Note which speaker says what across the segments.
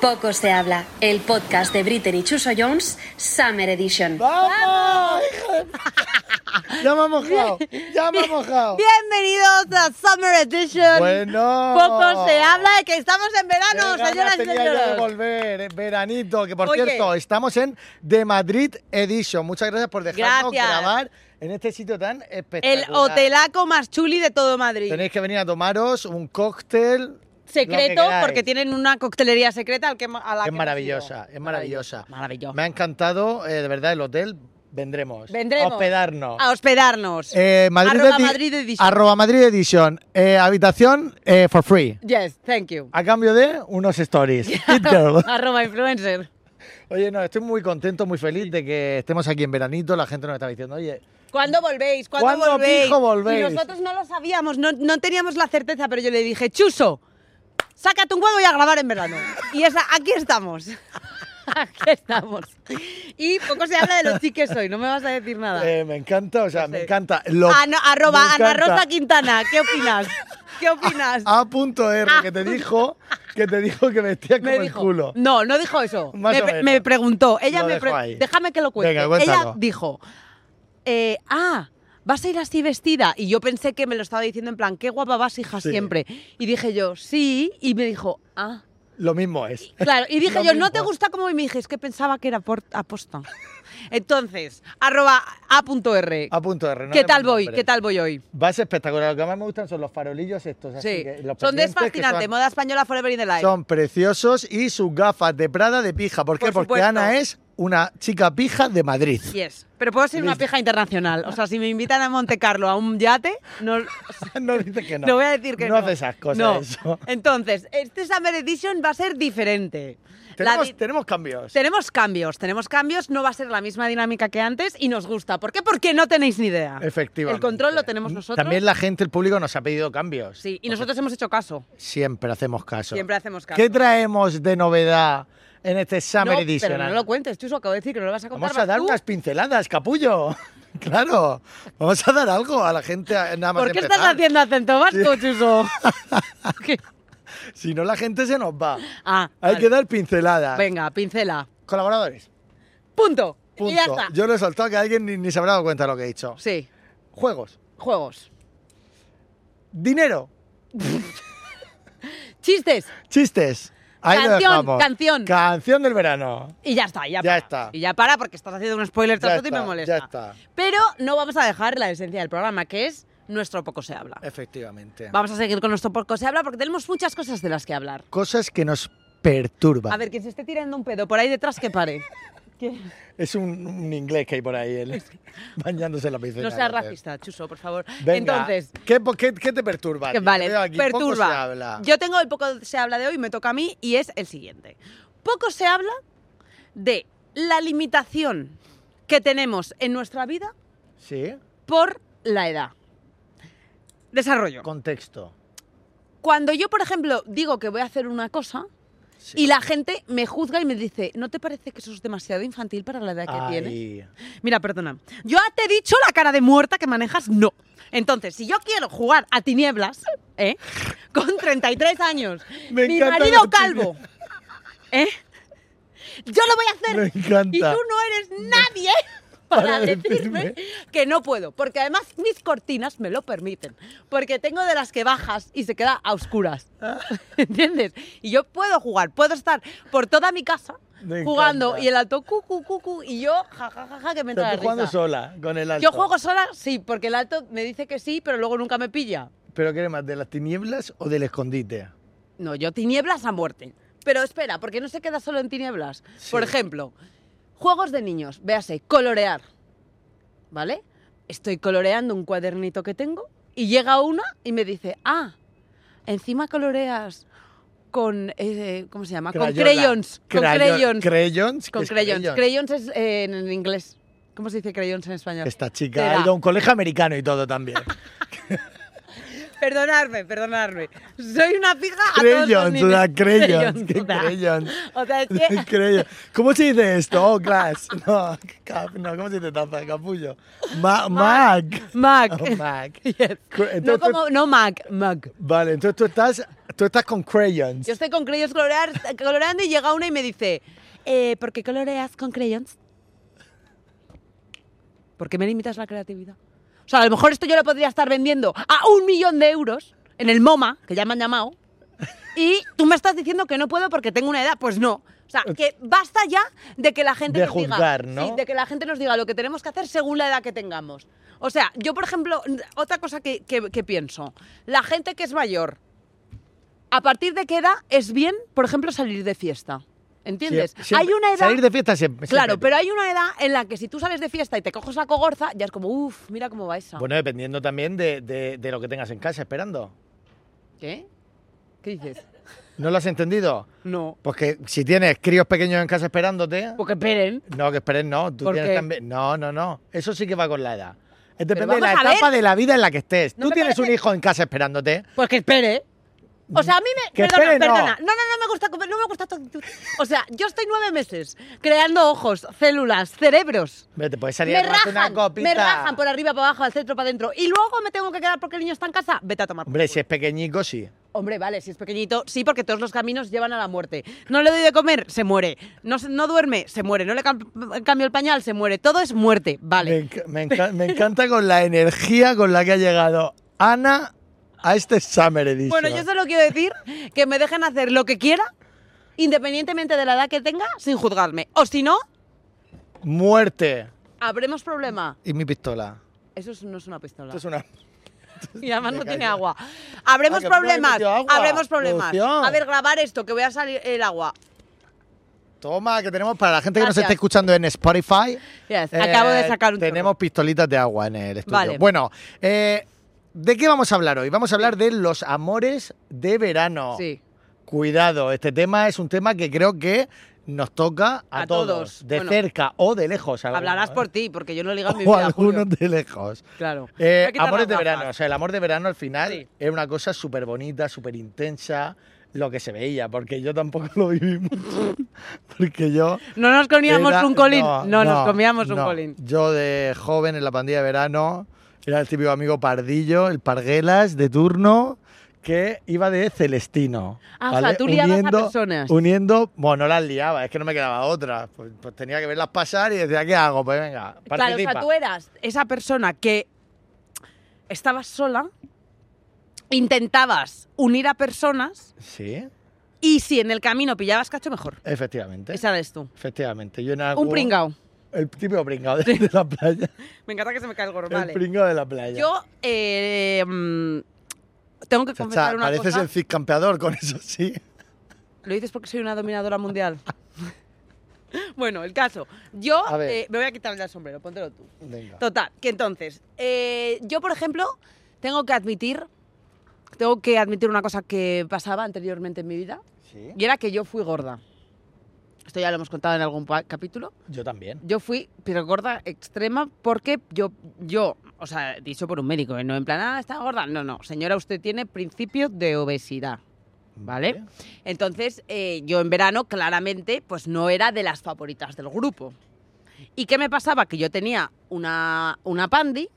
Speaker 1: Poco se habla, el podcast de Britney y Chuso Jones, Summer Edition.
Speaker 2: ¡Vamos! ya me ha mojado, ya me ha mojado.
Speaker 3: Bienvenidos a Summer Edition.
Speaker 2: Bueno.
Speaker 3: Poco se habla de que estamos en verano,
Speaker 2: Qué ganas
Speaker 3: señoras y
Speaker 2: tenía yo de
Speaker 3: señores.
Speaker 2: volver, eh, veranito, que por
Speaker 3: Oye.
Speaker 2: cierto, estamos en The Madrid Edition. Muchas gracias por dejarnos
Speaker 3: Gracias.
Speaker 2: grabar en este sitio tan
Speaker 3: El
Speaker 2: espectacular.
Speaker 3: hotelaco más chuli de todo Madrid.
Speaker 2: Tenéis que venir a tomaros un cóctel. lo que
Speaker 3: Secreto,
Speaker 2: queráis.
Speaker 3: porque tienen una coctelería secreta al que, a la que hemos
Speaker 2: Es
Speaker 3: ido.
Speaker 2: maravillosa, es maravillosa.
Speaker 3: Maravilloso.
Speaker 2: Me ha encantado, eh, de verdad, el hotel. Vendremos.
Speaker 3: Vendremos.
Speaker 2: A hospedarnos.
Speaker 3: A hospedarnos.
Speaker 2: Eh, Madrid
Speaker 3: Arroba
Speaker 2: Edi-
Speaker 3: Madrid Edition.
Speaker 2: Arroba Madrid Edition. Eh, habitación eh, for free.
Speaker 3: Yes, thank you.
Speaker 2: A cambio de unos stories. It girl.
Speaker 3: Arroba influencer.
Speaker 2: Oye, no, estoy muy contento, muy feliz de que estemos aquí en veranito. La gente nos está diciendo, oye,
Speaker 3: ¿Cuándo volvéis? ¿Cuándo,
Speaker 2: ¿Cuándo,
Speaker 3: volvéis?
Speaker 2: pijo, volvéis?
Speaker 3: Y nosotros no lo sabíamos, no, no teníamos la certeza, pero yo le dije, Chuso, sácate un huevo y a grabar en verano. Y esa, aquí estamos. aquí estamos. Y poco se habla de los chiques hoy, no me vas a decir nada.
Speaker 2: eh, me encanta, o sea,
Speaker 3: No sé.
Speaker 2: me encanta. Lo-
Speaker 3: Ana- arroba
Speaker 2: me
Speaker 3: Ana
Speaker 2: encanta.
Speaker 3: Rosa Quintana, ¿qué opinas? ¿Qué opinas?
Speaker 2: A.R, que te dijo que te dijo que vestía como
Speaker 3: me
Speaker 2: el
Speaker 3: dijo.
Speaker 2: culo.
Speaker 3: No, no dijo eso.
Speaker 2: Más
Speaker 3: me,
Speaker 2: o
Speaker 3: pre-
Speaker 2: menos.
Speaker 3: me preguntó. Ella
Speaker 2: Lo
Speaker 3: me
Speaker 2: dejó
Speaker 3: pre-
Speaker 2: ahí.
Speaker 3: Déjame que lo cuente.
Speaker 2: Venga, cuéntalo.
Speaker 3: Ella dijo, eh, ah, vas a ir así vestida. Y yo pensé que me lo estaba diciendo en plan, qué guapa vas, hija,
Speaker 2: Sí.
Speaker 3: siempre. Y dije yo, sí. Y me dijo, ah.
Speaker 2: Lo mismo es.
Speaker 3: Claro, y dije
Speaker 2: Lo
Speaker 3: yo, ¿no
Speaker 2: mismo.
Speaker 3: te gusta cómo me dije? Es que pensaba que era por aposta. Entonces, arroba
Speaker 2: A.R.
Speaker 3: a.r.
Speaker 2: Ah, no
Speaker 3: ¿Qué
Speaker 2: le
Speaker 3: tal
Speaker 2: pongo
Speaker 3: voy?
Speaker 2: nombre.
Speaker 3: ¿Qué tal voy hoy?
Speaker 2: Va a ser espectacular. Lo que más me gustan son los farolillos estos. así
Speaker 3: Sí,
Speaker 2: que- los
Speaker 3: son
Speaker 2: pendientes que
Speaker 3: desfascinantes.
Speaker 2: son-
Speaker 3: Moda española forever in the life.
Speaker 2: Son preciosos y sus gafas de Prada de pija. ¿Por qué?
Speaker 3: Por
Speaker 2: Porque
Speaker 3: supuesto.
Speaker 2: Ana es una chica pija de Madrid.
Speaker 3: Yes. Pero puedo ser una pija internacional. O sea, si me invitan a Monte Carlo a un yate, no,
Speaker 2: no dice que no.
Speaker 3: no voy a decir que no.
Speaker 2: No hace esas cosas.
Speaker 3: No.
Speaker 2: eso.
Speaker 3: Entonces, este Summer Edition va a ser diferente. La
Speaker 2: Tenemos,
Speaker 3: di-
Speaker 2: tenemos cambios.
Speaker 3: tenemos cambios, tenemos cambios, no va a ser la misma dinámica que antes y nos gusta. ¿Por qué? Porque no tenéis ni idea.
Speaker 2: Efectivamente. Mm,
Speaker 3: El control lo tenemos nosotros.
Speaker 2: También la gente, el público nos ha pedido cambios.
Speaker 3: Sí, y nosotros hemos hecho caso.
Speaker 2: Siempre hacemos caso.
Speaker 3: Siempre hacemos caso.
Speaker 2: ¿Qué traemos de novedad en este Summer
Speaker 3: No,
Speaker 2: Edition?
Speaker 3: pero no
Speaker 2: Ana?
Speaker 3: lo cuentes, tú eso acabo de decir que no lo vas a contar.
Speaker 2: Vamos a
Speaker 3: vas
Speaker 2: dar
Speaker 3: tú.
Speaker 2: unas pinceladas, capullo. claro. Vamos a dar algo a la gente eh, nada más
Speaker 3: ¿Por qué
Speaker 2: empezar.
Speaker 3: estás haciendo acento vasco, Chuso? ¿Qué?
Speaker 2: Si no, la gente se nos va.
Speaker 3: Ah,
Speaker 2: Hay
Speaker 3: vale.
Speaker 2: que dar pinceladas.
Speaker 3: Venga, pincela.
Speaker 2: Colaboradores.
Speaker 3: Punto.
Speaker 2: Punto.
Speaker 3: Y ya está.
Speaker 2: Yo lo he soltado que alguien ni, ni se habrá dado cuenta de lo que he dicho.
Speaker 3: Sí.
Speaker 2: Juegos.
Speaker 3: Juegos.
Speaker 2: Dinero.
Speaker 3: Chistes.
Speaker 2: Chistes. Ahí lo
Speaker 3: Canción,
Speaker 2: dejamos.
Speaker 3: canción.
Speaker 2: Canción del verano.
Speaker 3: Y ya está, ya,
Speaker 2: Ya
Speaker 3: para.
Speaker 2: está.
Speaker 3: Y ya para porque estás haciendo un spoiler
Speaker 2: Ya
Speaker 3: tras otro y
Speaker 2: está,
Speaker 3: me molesta.
Speaker 2: ya está.
Speaker 3: Pero no vamos a dejar la esencia del programa, que es nuestro poco se habla.
Speaker 2: Efectivamente.
Speaker 3: Vamos a seguir con nuestro poco se habla porque tenemos muchas cosas de las que hablar.
Speaker 2: Cosas que nos perturban.
Speaker 3: A ver, quien se esté tirando un pedo por ahí detrás, que pare. Que-
Speaker 2: Es un, un inglés que hay por ahí, él, bañándose en la piscina.
Speaker 3: No seas
Speaker 2: a veces.
Speaker 3: racista, Chuso, por favor.
Speaker 2: Venga,
Speaker 3: Entonces,
Speaker 2: ¿qué, po- qué- qué te perturba? a
Speaker 3: Que
Speaker 2: ti?
Speaker 3: vale,
Speaker 2: Veo aquí, poco
Speaker 3: perturba.
Speaker 2: se habla.
Speaker 3: Yo tengo el poco se habla de hoy, me toca a mí, y es el siguiente. Poco se habla de la limitación que tenemos en nuestra vida
Speaker 2: Sí,
Speaker 3: por la edad. Desarrollo.
Speaker 2: contexto.
Speaker 3: Cuando yo, por ejemplo, digo que voy a hacer una cosa
Speaker 2: Sí.
Speaker 3: y la gente me juzga y me dice, ¿no te parece que eso es demasiado infantil para la edad que
Speaker 2: Ay,
Speaker 3: tienes? Mira, perdona. Yo te he dicho la cara de muerta que manejas, no. Entonces, si yo quiero jugar a tinieblas, ¿eh? Con 33 años,
Speaker 2: Me
Speaker 3: mi
Speaker 2: encantan
Speaker 3: marido
Speaker 2: las
Speaker 3: calvo, ¿eh? Yo lo voy a hacer.
Speaker 2: Me encanta.
Speaker 3: Y tú no eres nadie para,
Speaker 2: Para
Speaker 3: decirme
Speaker 2: decirme.
Speaker 3: que no puedo. Porque además mis cortinas me lo permiten. Porque tengo de las que bajas y se queda a oscuras.
Speaker 2: Ah.
Speaker 3: ¿Entiendes? Y yo puedo jugar, puedo estar por toda mi casa
Speaker 2: Me
Speaker 3: jugando
Speaker 2: encanta.
Speaker 3: y el alto cu, cu, cu, cu, y yo ja, ja, ja, ja, que me
Speaker 2: Pero tú
Speaker 3: entra la
Speaker 2: jugando
Speaker 3: risa.
Speaker 2: sola, con el alto.
Speaker 3: Yo juego sola, sí, porque el alto me dice que sí, pero luego nunca me pilla.
Speaker 2: ¿Pero qué eres más, de las tinieblas o del escondite?
Speaker 3: No, yo tinieblas a muerte. Pero espera, porque no se queda solo en tinieblas.
Speaker 2: Sí.
Speaker 3: Por ejemplo, juegos de niños, véase, colorear. ¿Vale? Estoy coloreando un cuadernito que tengo y llega una y me dice, ah, encima coloreas con, eh, ¿cómo se llama? Con
Speaker 2: Crayola.
Speaker 3: crayons. Con
Speaker 2: Crayo-
Speaker 3: crayons.
Speaker 2: Crayons. ¿qué
Speaker 3: Con
Speaker 2: es
Speaker 3: crayons. Crayons es eh, en inglés. ¿Cómo se dice crayons en español?
Speaker 2: Esta
Speaker 3: Te
Speaker 2: chica
Speaker 3: da.
Speaker 2: ha ido a un colegio americano y todo también.
Speaker 3: Perdonadme, perdonadme. Soy una fija a todos los
Speaker 2: crayons, o
Speaker 3: niveles.
Speaker 2: sea, crayons. ¿Qué
Speaker 3: o sea.
Speaker 2: crayons?
Speaker 3: O sea, es que
Speaker 2: Crayons. ¿Cómo se dice esto? Oh, class. No, cap- no, ¿cómo se dice taza? Capullo. Ma- Mac.
Speaker 3: Mac.
Speaker 2: Oh, Mac.
Speaker 3: Yes.
Speaker 2: Cr-
Speaker 3: No
Speaker 2: Entonces, tú-
Speaker 3: como, no Mac, Mac.
Speaker 2: Vale, entonces tú estás Tú estás con crayons.
Speaker 3: Yo estoy con crayons colorear- coloreando y llega una y me dice, eh, ¿por qué coloreas con crayons? ¿Por qué me limitas la creatividad? O sea, a lo mejor esto yo lo podría estar vendiendo a un millón de euros en el MoMA, que ya me han llamado, y tú me estás diciendo que no puedo porque tengo una edad. Pues no. O sea, que basta ya de que la gente
Speaker 2: De
Speaker 3: nos
Speaker 2: juzgar,
Speaker 3: diga,
Speaker 2: ¿no?
Speaker 3: sí, de que la gente nos diga lo que tenemos que hacer según la edad que tengamos. O sea, yo, por ejemplo, n- otra cosa que, que- que pienso, la gente que es mayor, ¿a partir de qué edad es bien, por ejemplo, salir de fiesta? ¿Entiendes?
Speaker 2: Sie- siempre-
Speaker 3: hay una edad...
Speaker 2: Salir de fiesta siempre.
Speaker 3: Claro,
Speaker 2: siempre.
Speaker 3: pero hay una edad en la que si tú sales de fiesta y te coges la cogorza, ya es como, uff, mira cómo va esa.
Speaker 2: Bueno, dependiendo también de, de- de lo que tengas en casa esperando.
Speaker 3: ¿Qué? ¿Qué dices?
Speaker 2: ¿No lo has entendido?
Speaker 3: No.
Speaker 2: Pues que si tienes críos pequeños en casa esperándote.
Speaker 3: Porque esperen.
Speaker 2: No, que esperes, no. Tú
Speaker 3: ¿Por
Speaker 2: tienes
Speaker 3: qué?
Speaker 2: también. No, no, no. Eso sí que va con la edad. Es
Speaker 3: Pero
Speaker 2: Depende de la
Speaker 3: vamos a ver.
Speaker 2: etapa de la vida en la que estés.
Speaker 3: No
Speaker 2: Tú
Speaker 3: me
Speaker 2: tienes
Speaker 3: parece-
Speaker 2: un hijo en casa esperándote.
Speaker 3: Pues que espere. O sea, a mí me.
Speaker 2: Que
Speaker 3: perdona,
Speaker 2: espere, no.
Speaker 3: perdona. No, no, no me gusta. No me gusta tu actitud. O sea, yo estoy nueve meses creando ojos, células, cerebros.
Speaker 2: Hombre, te puedes salir
Speaker 3: Me
Speaker 2: a tomarte
Speaker 3: rajan,
Speaker 2: una copita.
Speaker 3: me rajan por arriba, para abajo, al centro, para adentro. Y luego me tengo que quedar porque el niño está en casa. Vete a tomar. por
Speaker 2: Hombre,
Speaker 3: culo.
Speaker 2: si es pequeñico, sí.
Speaker 3: Hombre, vale, si es pequeñito, sí, porque todos los caminos llevan a la muerte. No le doy de comer, se muere. No, se- no duerme, se muere. No le cam- cambio el pañal, se muere. Todo es muerte, vale.
Speaker 2: Me, enca- me enca- me encanta con la energía con la que ha llegado Ana a este Summer Edition.
Speaker 3: Bueno, yo solo quiero decir que me dejen hacer lo que quiera, independientemente de la edad que tenga, sin juzgarme. O si no,
Speaker 2: Muerte.
Speaker 3: habremos problema.
Speaker 2: Y mi pistola.
Speaker 3: Eso es- no es una pistola.
Speaker 2: Esto es una...
Speaker 3: Y además no
Speaker 2: Venga,
Speaker 3: tiene
Speaker 2: ya.
Speaker 3: agua. Habremos
Speaker 2: Ah, que no le he
Speaker 3: problemas.
Speaker 2: metido agua.
Speaker 3: Habremos problemas.
Speaker 2: Producción.
Speaker 3: A ver, grabar esto, que voy a salir el agua.
Speaker 2: Toma, que tenemos para la gente que nos
Speaker 3: Gracias.
Speaker 2: esté escuchando en Spotify.
Speaker 3: Yes, acabo de sacar un chorro.
Speaker 2: Eh, Tenemos pistolitas de agua en el estudio.
Speaker 3: Vale.
Speaker 2: Bueno, eh, ¿de qué vamos a hablar hoy? Vamos a hablar de los amores de verano.
Speaker 3: Sí.
Speaker 2: Cuidado, este tema es un tema que creo que nos toca a,
Speaker 3: A todos.
Speaker 2: De
Speaker 3: Bueno.
Speaker 2: cerca o de lejos. algunos,
Speaker 3: Hablarás
Speaker 2: ¿eh?
Speaker 3: por ti, porque yo no he ligado en mi
Speaker 2: O
Speaker 3: vida. Julio.
Speaker 2: algunos de lejos.
Speaker 3: Claro.
Speaker 2: Eh,
Speaker 3: Voy a quitar
Speaker 2: amores
Speaker 3: las
Speaker 2: de verano. O
Speaker 3: gafas.
Speaker 2: sea, el amor de verano al final
Speaker 3: Sí.
Speaker 2: era una cosa súper bonita, súper intensa, lo que se veía, porque yo tampoco lo viví mucho. porque yo.
Speaker 3: No nos comíamos
Speaker 2: era-
Speaker 3: un colín. No, nos comíamos un
Speaker 2: no.
Speaker 3: colín.
Speaker 2: Yo de joven en la pandilla de verano era el típico amigo pardillo, el parguelas de turno que iba de celestino.
Speaker 3: Ah, o sea, tú liabas a personas.
Speaker 2: Uniendo, bueno, no las liaba, es que no me quedaba otra. Pues, pues tenía que verlas pasar y decía, ¿qué hago? Pues venga,
Speaker 3: Claro, o
Speaker 2: participa.
Speaker 3: sea, tú eras esa persona que estabas sola, intentabas unir a personas
Speaker 2: Sí,
Speaker 3: y si en el camino pillabas cacho, mejor.
Speaker 2: efectivamente.
Speaker 3: Esa eres tú.
Speaker 2: Efectivamente, yo en algún-
Speaker 3: Un pringao.
Speaker 2: El típico pringao de, de la playa.
Speaker 3: Me encanta que se me caiga el gorro.
Speaker 2: El
Speaker 3: Vale.
Speaker 2: pringao de la playa.
Speaker 3: Yo eh, mm, tengo que
Speaker 2: Chacha,
Speaker 3: confesar una
Speaker 2: pareces
Speaker 3: cosa.
Speaker 2: el Cid campeador con eso, sí.
Speaker 3: Lo dices porque soy una dominadora mundial. bueno, el caso. Yo
Speaker 2: A ver.
Speaker 3: eh, me voy a quitar ya el sombrero, póntelo tú.
Speaker 2: Venga.
Speaker 3: Total, que entonces, eh, yo por ejemplo, tengo que admitir, tengo que admitir una cosa que pasaba anteriormente en mi vida,
Speaker 2: Sí.
Speaker 3: y era que yo fui gorda. Esto ya lo hemos contado en algún pa- capítulo.
Speaker 2: Yo también.
Speaker 3: Yo fui, pero gorda extrema, porque yo, yo, o sea, dicho por un médico, ¿eh? no en plan, ah, está gorda. No, no, señora, usted tiene principio de obesidad. ¿Vale? Entonces, eh, yo en verano, claramente, pues no era de las favoritas del grupo. ¿Y qué me pasaba? Que yo tenía una, una pandi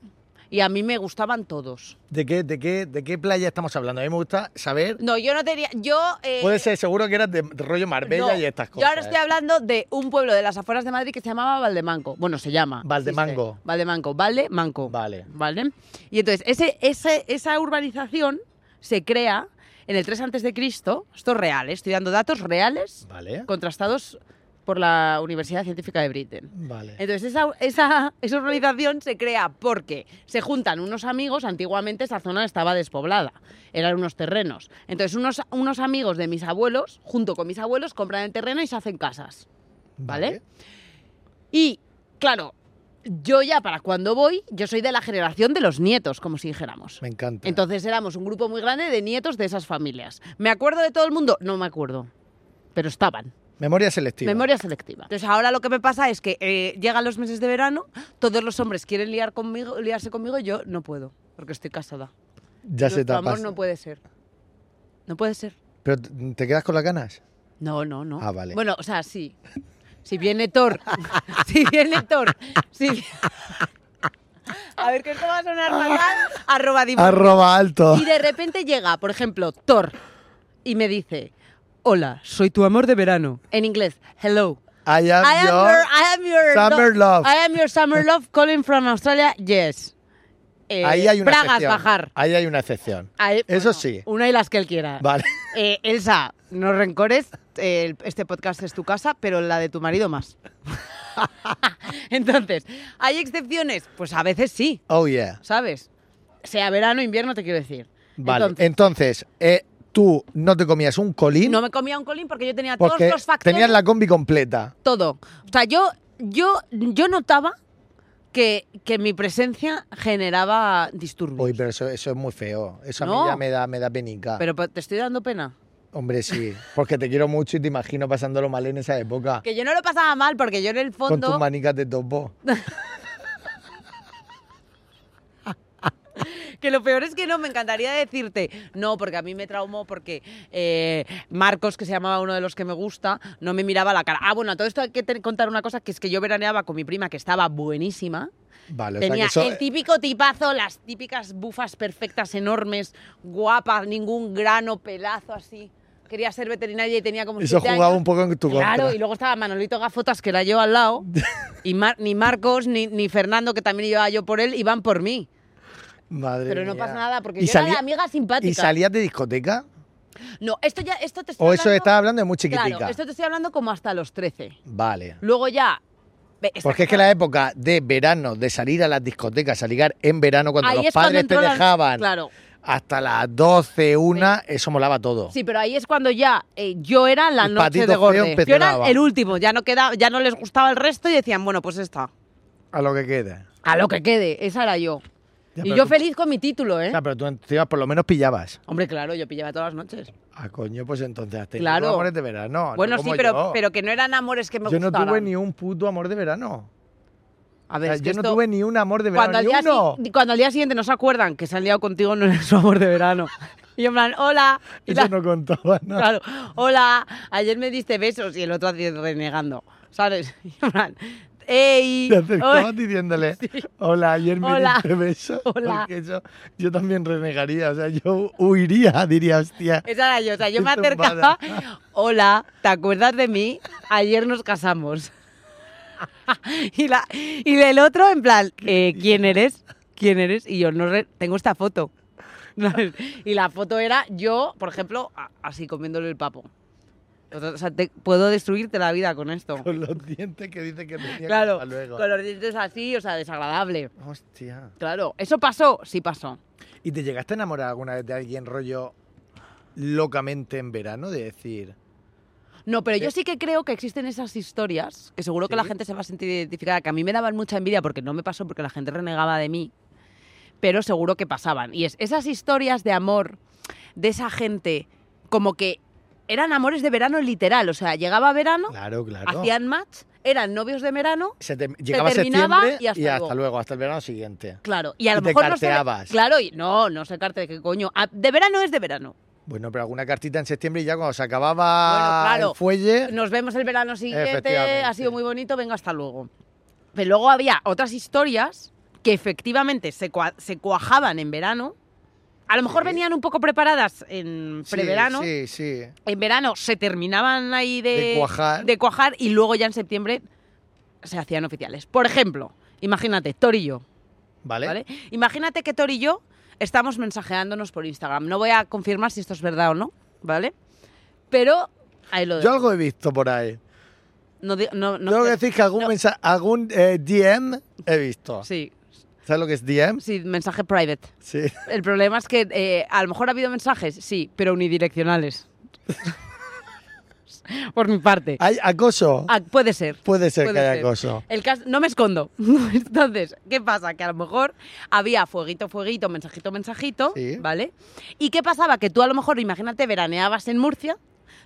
Speaker 3: y a mí me gustaban todos.
Speaker 2: ¿De qué, de, qué, ¿De qué playa estamos hablando? A mí me gusta saber.
Speaker 3: No, yo no tenía. Yo. eh,
Speaker 2: Puede ser, seguro que eras de rollo Marbella
Speaker 3: no,
Speaker 2: y estas cosas. ¿eh?
Speaker 3: Yo ahora estoy hablando de un pueblo de las afueras de Madrid que se llamaba Valdemanco. Bueno, se llama.
Speaker 2: Valdemango.
Speaker 3: existe. Valdemanco. Valdemanco.
Speaker 2: Vale.
Speaker 3: Vale. Y entonces, ese, ese- esa urbanización se crea en el 3 antes de Cristo. Esto es real, ¿eh? estoy dando datos reales.
Speaker 2: ¿eh? Vale.
Speaker 3: contrastados por la Universidad Científica de Britain.
Speaker 2: Vale.
Speaker 3: Entonces, esa, esa, esa organización se crea porque se juntan unos amigos, antiguamente esa zona estaba despoblada, eran unos terrenos. Entonces, unos, unos amigos de mis abuelos, junto con mis abuelos, compran el terreno y se hacen casas. ¿Vale? Y, claro, yo ya para cuando voy, yo soy de la generación de los nietos, como si dijéramos.
Speaker 2: Me encanta.
Speaker 3: Entonces éramos un grupo muy grande de nietos de esas familias. ¿Me acuerdo de todo el mundo? No me acuerdo, pero estaban.
Speaker 2: Memoria selectiva.
Speaker 3: Memoria selectiva. Entonces ahora lo que me pasa es que eh, llegan los meses de verano, todos los hombres quieren liar conmigo, liarse conmigo, yo no puedo, porque estoy casada.
Speaker 2: Ya se te
Speaker 3: Nuestro
Speaker 2: ha
Speaker 3: amor
Speaker 2: pasado.
Speaker 3: no puede ser. No puede ser.
Speaker 2: Pero t- te quedas con las ganas.
Speaker 3: No, no, no.
Speaker 2: Ah, vale.
Speaker 3: Bueno, o sea, sí. Si viene Thor, si viene Thor, si... A ver, que esto va a sonar fatal. Arroba dibujo.
Speaker 2: Arroba alto.
Speaker 3: Y de repente llega, por ejemplo, Thor. y me dice, hola, soy tu amor de verano. En inglés, hello.
Speaker 2: I am,
Speaker 3: I am
Speaker 2: your-
Speaker 3: your, I am your
Speaker 2: summer love.
Speaker 3: I am your summer love calling from Australia. Yes. Eh,
Speaker 2: Ahí hay una
Speaker 3: Bragas,
Speaker 2: excepción.
Speaker 3: bajar.
Speaker 2: Ahí hay una excepción.
Speaker 3: Ahí-
Speaker 2: Eso
Speaker 3: bueno,
Speaker 2: sí.
Speaker 3: Una y las que él quiera.
Speaker 2: Vale.
Speaker 3: Eh, Elsa, no rencores. eh, este podcast es tu casa, pero la de tu marido más. Entonces, ¿hay excepciones? Pues a veces sí,
Speaker 2: Oh, yeah.
Speaker 3: ¿sabes? Sea verano, invierno, te quiero decir.
Speaker 2: Vale.
Speaker 3: Entonces,
Speaker 2: Entonces, eh, tú no te comías un colín
Speaker 3: no me comía un colín porque yo tenía
Speaker 2: porque
Speaker 3: todos los factores.
Speaker 2: tenías la combi completa.
Speaker 3: todo. O sea, yo, yo, yo notaba que, que mi presencia generaba disturbios.
Speaker 2: Uy, pero eso, eso es muy feo. Eso a
Speaker 3: No.
Speaker 2: mí ya me da, me da penica.
Speaker 3: Pero pa- te estoy dando pena.
Speaker 2: Hombre, sí. Porque te quiero mucho y te imagino pasándolo mal en esa época.
Speaker 3: Que yo no lo pasaba mal porque yo en el
Speaker 2: Con tus
Speaker 3: fondo
Speaker 2: manicas de topo.
Speaker 3: Que lo peor es que no, me encantaría decirte, no, porque a mí me traumó porque eh, Marcos, que se llamaba uno de los que me gusta, no me miraba la cara. Ah, bueno, a todo esto hay que te- contar una cosa, que es que yo veraneaba con mi prima, que estaba buenísima.
Speaker 2: Vale,
Speaker 3: Tenía
Speaker 2: o sea que
Speaker 3: el
Speaker 2: eso.
Speaker 3: típico tipazo, las típicas bufas perfectas, enormes, guapas, ningún grano, pelazo así. Quería ser veterinaria y tenía como
Speaker 2: Eso
Speaker 3: siete
Speaker 2: jugaba
Speaker 3: años.
Speaker 2: un poco en tu contra.
Speaker 3: Claro, y luego estaba Manolito Gafotas, que era yo al lado, y Mar- ni Marcos, ni, ni Fernando, que también iba yo por él, iban por mí.
Speaker 2: Madre
Speaker 3: Pero no
Speaker 2: mía.
Speaker 3: pasa nada, porque
Speaker 2: ¿Y
Speaker 3: yo era
Speaker 2: salía-
Speaker 3: la amiga simpática.
Speaker 2: ¿Y salías de discoteca?
Speaker 3: No, esto ya, esto te estoy
Speaker 2: ¿O eso
Speaker 3: hablando...
Speaker 2: estás hablando de muy chiquitica?
Speaker 3: Claro, esto Mm, te estoy hablando como hasta los 13.
Speaker 2: Vale.
Speaker 3: Luego ya... ve, esta
Speaker 2: Porque es que
Speaker 3: cosa-
Speaker 2: la época de verano, de salir a las discotecas, a ligar en verano, cuando
Speaker 3: ahí
Speaker 2: los
Speaker 3: es cuando
Speaker 2: padres te
Speaker 3: entró la-
Speaker 2: dejaban
Speaker 3: Claro.
Speaker 2: hasta las 12, 1, eso molaba todo.
Speaker 3: Sí, pero ahí es cuando ya eh, yo era la
Speaker 2: El
Speaker 3: noche
Speaker 2: patito
Speaker 3: de
Speaker 2: feo
Speaker 3: Gorde. Yo era
Speaker 2: empezaba.
Speaker 3: el último, ya no, quedaba, ya no les gustaba el resto y decían, bueno, pues esta.
Speaker 2: A lo que quede.
Speaker 3: A lo que quede, esa era yo.
Speaker 2: Ya,
Speaker 3: y
Speaker 2: pero
Speaker 3: yo
Speaker 2: tú-
Speaker 3: feliz con mi título, ¿eh?
Speaker 2: O sea, pero tú encima por lo menos pillabas.
Speaker 3: Hombre, claro, yo pillaba todas las noches.
Speaker 2: Ah, coño, pues entonces has tenido
Speaker 3: Claro.
Speaker 2: amores de verano. no
Speaker 3: bueno, sí,
Speaker 2: como
Speaker 3: pero,
Speaker 2: yo.
Speaker 3: pero que no eran amores que me
Speaker 2: Yo no
Speaker 3: gustaran.
Speaker 2: tuve ni un puto amor de verano. O sea,
Speaker 3: A ver, es que
Speaker 2: yo no
Speaker 3: esto-
Speaker 2: tuve ni un amor de verano.
Speaker 3: cuando, al
Speaker 2: ni
Speaker 3: día
Speaker 2: uno.
Speaker 3: si- cuando al día siguiente no se acuerdan que se han liado contigo, no es su amor de verano. Y yo en plan, hola. Y
Speaker 2: Eso
Speaker 3: la-
Speaker 2: no contaba nada.
Speaker 3: Claro, hola, ayer me diste besos y el otro así renegando, ¿sabes? Y en plan, ¡ey!
Speaker 2: Te acercabas
Speaker 3: oye,
Speaker 2: diciéndole, hola, ayer me
Speaker 3: Hola.
Speaker 2: diste beso.
Speaker 3: Hola.
Speaker 2: Porque yo, yo también renegaría, o sea, yo huiría, diría, hostia.
Speaker 3: Esa era yo, o sea, yo
Speaker 2: Qué
Speaker 3: me acercaba,
Speaker 2: tumbada.
Speaker 3: hola, ¿te acuerdas de mí? Ayer nos casamos. y, la, y el otro en plan, eh, ¿quién eres? ¿Quién eres? Y yo no re- tengo esta foto. y la foto era yo, por ejemplo, a- así comiéndole el papo. O sea, te- puedo destruirte la vida con esto.
Speaker 2: Con los dientes que dice que tenía.
Speaker 3: Claro,
Speaker 2: hasta luego.
Speaker 3: con los dientes así, o sea, desagradable.
Speaker 2: Hostia.
Speaker 3: Claro, ¿eso pasó? Sí pasó.
Speaker 2: ¿Y te llegaste a enamorar alguna vez de alguien rollo locamente en verano? De decir,
Speaker 3: No, pero yo
Speaker 2: Eh.
Speaker 3: sí que creo que existen esas historias, que seguro que la
Speaker 2: ¿Sí?
Speaker 3: gente se va a sentir identificada, que a mí me daban mucha envidia porque no me pasó, porque la gente renegaba de mí, pero seguro que pasaban. Y es esas historias de amor de esa gente, como que eran amores de verano literal, o sea, llegaba verano,
Speaker 2: claro, claro.
Speaker 3: hacían match, eran novios de verano,
Speaker 2: Se te- llegaba
Speaker 3: terminaba
Speaker 2: septiembre
Speaker 3: y hasta luego.
Speaker 2: hasta el verano siguiente.
Speaker 3: claro, y a
Speaker 2: Y
Speaker 3: lo
Speaker 2: te
Speaker 3: mejor no se-
Speaker 2: carteabas.
Speaker 3: Claro, y- no, no se carte de qué coño. Ah, De verano es de verano.
Speaker 2: Bueno, pero alguna cartita en septiembre y ya cuando se acababa
Speaker 3: Bueno, claro.
Speaker 2: el fuelle.
Speaker 3: Nos vemos el verano siguiente,
Speaker 2: Efectivamente.
Speaker 3: ha sido muy bonito, venga, hasta luego. Pero luego había otras historias que efectivamente se, cua- se cuajaban en verano. A lo mejor
Speaker 2: Sí.
Speaker 3: venían un poco preparadas en
Speaker 2: Sí,
Speaker 3: preverano.
Speaker 2: Sí, sí.
Speaker 3: En verano se terminaban ahí de,
Speaker 2: De cuajar.
Speaker 3: de cuajar y luego ya en septiembre se hacían oficiales. Por ejemplo, imagínate, Tori y yo.
Speaker 2: ¿Vale?
Speaker 3: ¿vale? Imagínate que Tori y yo estamos mensajeándonos por Instagram. No voy a confirmar si esto es verdad o no, ¿vale? Pero ahí lo
Speaker 2: Yo
Speaker 3: dejo.
Speaker 2: algo he visto por ahí.
Speaker 3: No di- no- no- eh,
Speaker 2: Tengo que decir que algún,
Speaker 3: no.
Speaker 2: mensa- algún eh, DM he visto.
Speaker 3: Sí,
Speaker 2: ¿Sabes lo que es DM?
Speaker 3: sí, mensaje private.
Speaker 2: Sí.
Speaker 3: El problema es que eh, a lo mejor ha habido mensajes, sí, pero unidireccionales. Por mi parte.
Speaker 2: ¿Hay acoso?
Speaker 3: Ah, puede ser.
Speaker 2: Puede ser
Speaker 3: puede
Speaker 2: que haya
Speaker 3: ser.
Speaker 2: acoso.
Speaker 3: El caso, no me escondo. Entonces, ¿qué pasa? Que a lo mejor había fueguito, fueguito, mensajito, mensajito,
Speaker 2: Sí.
Speaker 3: ¿vale? ¿Y qué pasaba? Que tú a lo mejor, imagínate, veraneabas en Murcia,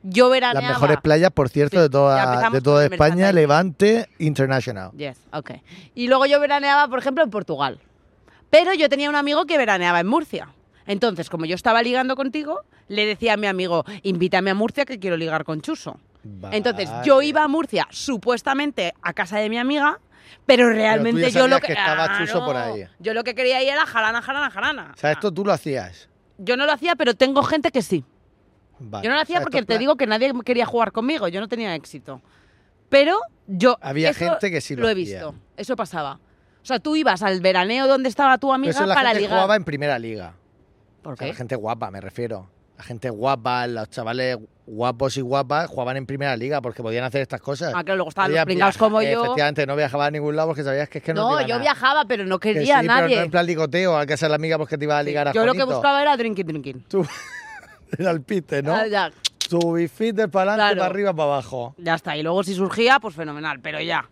Speaker 3: yo veraneaba...
Speaker 2: Las mejores playas, por cierto,
Speaker 3: Sí,
Speaker 2: de
Speaker 3: ya
Speaker 2: toda,
Speaker 3: empezamos
Speaker 2: de toda
Speaker 3: con el
Speaker 2: España,
Speaker 3: merchandising.
Speaker 2: Levante International.
Speaker 3: Yes, ok. Y luego yo veraneaba, por ejemplo, en Portugal. Pero yo tenía un amigo que veraneaba en Murcia. Entonces, como yo estaba ligando contigo, le decía a mi amigo, invítame a Murcia que quiero ligar con Chuso. Entonces, yo
Speaker 2: Vale.
Speaker 3: iba a Murcia supuestamente a casa de mi amiga, pero realmente
Speaker 2: ya
Speaker 3: yo lo
Speaker 2: sabías que estaba Chuso por ahí.
Speaker 3: Yo lo que quería ir era jarana, jarana, jarana.
Speaker 2: O sea, esto tú lo hacías.
Speaker 3: Yo no lo hacía, pero tengo gente que sí.
Speaker 2: Vale.
Speaker 3: Yo no lo
Speaker 2: O
Speaker 3: hacía
Speaker 2: sea,
Speaker 3: porque
Speaker 2: estos
Speaker 3: te
Speaker 2: pla-
Speaker 3: digo que nadie quería jugar conmigo, yo no tenía éxito. Pero yo...
Speaker 2: Había
Speaker 3: eso
Speaker 2: gente que sí lo
Speaker 3: he
Speaker 2: hacía.
Speaker 3: visto, eso pasaba. O sea, tú ibas al veraneo donde estaba tu
Speaker 2: Pero
Speaker 3: amiga
Speaker 2: eso la
Speaker 3: para
Speaker 2: gente
Speaker 3: ligar.
Speaker 2: jugaba en primera liga.
Speaker 3: ¿Por
Speaker 2: O sea,
Speaker 3: qué?
Speaker 2: la gente guapa, me refiero. La gente guapa, los chavales guapos y guapas jugaban en primera liga porque podían hacer estas cosas.
Speaker 3: Ah, claro, luego estaban
Speaker 2: Podían
Speaker 3: los pringados
Speaker 2: viajar-
Speaker 3: como
Speaker 2: eh,
Speaker 3: yo.
Speaker 2: Efectivamente, no viajaba a ningún lado porque sabías que es que no.
Speaker 3: No,
Speaker 2: te iba
Speaker 3: yo
Speaker 2: nada.
Speaker 3: viajaba, pero no
Speaker 2: Que
Speaker 3: quería
Speaker 2: sí,
Speaker 3: a
Speaker 2: Pero no
Speaker 3: nadie.
Speaker 2: en plan ligoteo, a casa de la amiga porque te iba a ligar a
Speaker 3: yo lo que
Speaker 2: Juanito.
Speaker 3: buscaba era drinking, drinking.
Speaker 2: Tú, era el pite, ¿no?
Speaker 3: Ah, ya,
Speaker 2: Subifite para adelante,
Speaker 3: Claro.
Speaker 2: para arriba, para abajo.
Speaker 3: ya está. Y luego si surgía, pues fenomenal, pero ya.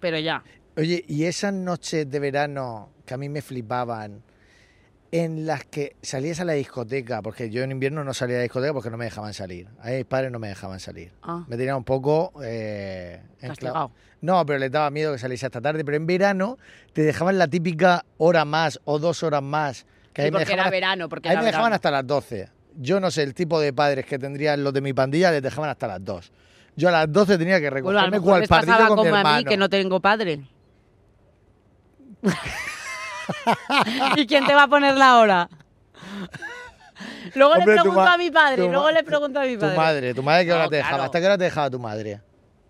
Speaker 3: Pero ya.
Speaker 2: Oye, y esas noches de verano que a mí me flipaban, en las que salías a la discoteca, porque yo en invierno no salía a la discoteca porque no me dejaban salir. Ahí mis padres no me dejaban salir.
Speaker 3: Ah,
Speaker 2: Me tenía un poco... eh, encla-
Speaker 3: castigado.
Speaker 2: No, pero les daba miedo que saliese hasta tarde. Pero en verano te dejaban la típica hora más o dos horas más. Que
Speaker 3: Sí,
Speaker 2: ahí me
Speaker 3: porque
Speaker 2: dejaban
Speaker 3: era
Speaker 2: hasta-
Speaker 3: verano, porque
Speaker 2: A mí
Speaker 3: era
Speaker 2: me dejaban
Speaker 3: verano.
Speaker 2: hasta las 12. Yo no sé el tipo de padres que tendrían los de mi pandilla, les dejaban hasta las 2. Yo a las 12 tenía que
Speaker 3: Bueno, a lo
Speaker 2: recogerme
Speaker 3: mejor
Speaker 2: cual
Speaker 3: les
Speaker 2: partido
Speaker 3: pasaba
Speaker 2: con mi
Speaker 3: como a mí,
Speaker 2: hermano.
Speaker 3: que no tengo padre. ¿Y quién te va a poner la hora? Luego
Speaker 2: Hombre,
Speaker 3: le
Speaker 2: tu
Speaker 3: pregunto
Speaker 2: ma-
Speaker 3: a mi padre,
Speaker 2: tu
Speaker 3: luego
Speaker 2: ma-
Speaker 3: le pregunto a mi padre.
Speaker 2: Tu madre, tu madre, ¿qué
Speaker 3: No,
Speaker 2: hora te
Speaker 3: claro.
Speaker 2: dejaba? ¿Hasta qué hora te dejaba tu madre?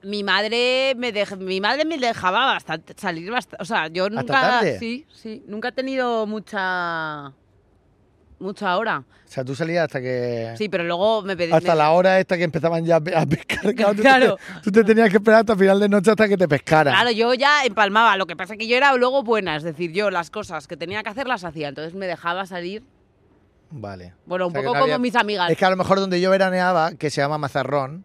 Speaker 3: Mi madre me dej- mi madre me dejaba bastante salir bastante, o sea, yo
Speaker 2: ¿Hasta
Speaker 3: nunca
Speaker 2: tarde?
Speaker 3: sí, sí, nunca he tenido mucha mucha hora.
Speaker 2: O sea, tú salías hasta que...
Speaker 3: Sí, pero luego me pedí
Speaker 2: Eh. Hasta
Speaker 3: me-
Speaker 2: la hora esta que empezaban ya a pe- a pescar. Claro, tú,
Speaker 3: Claro.
Speaker 2: Te, tú te tenías que esperar hasta final de noche hasta que te pescaran.
Speaker 3: Claro, yo ya empalmaba, lo que pasa que yo era luego buena, es decir, yo las cosas que tenía que hacer las hacía, entonces me dejaba salir,
Speaker 2: Vale.
Speaker 3: bueno,
Speaker 2: O
Speaker 3: un
Speaker 2: sea, que
Speaker 3: poco
Speaker 2: no
Speaker 3: como
Speaker 2: había-
Speaker 3: mis amigas.
Speaker 2: Es que a lo mejor donde yo veraneaba, que se llama Mazarrón,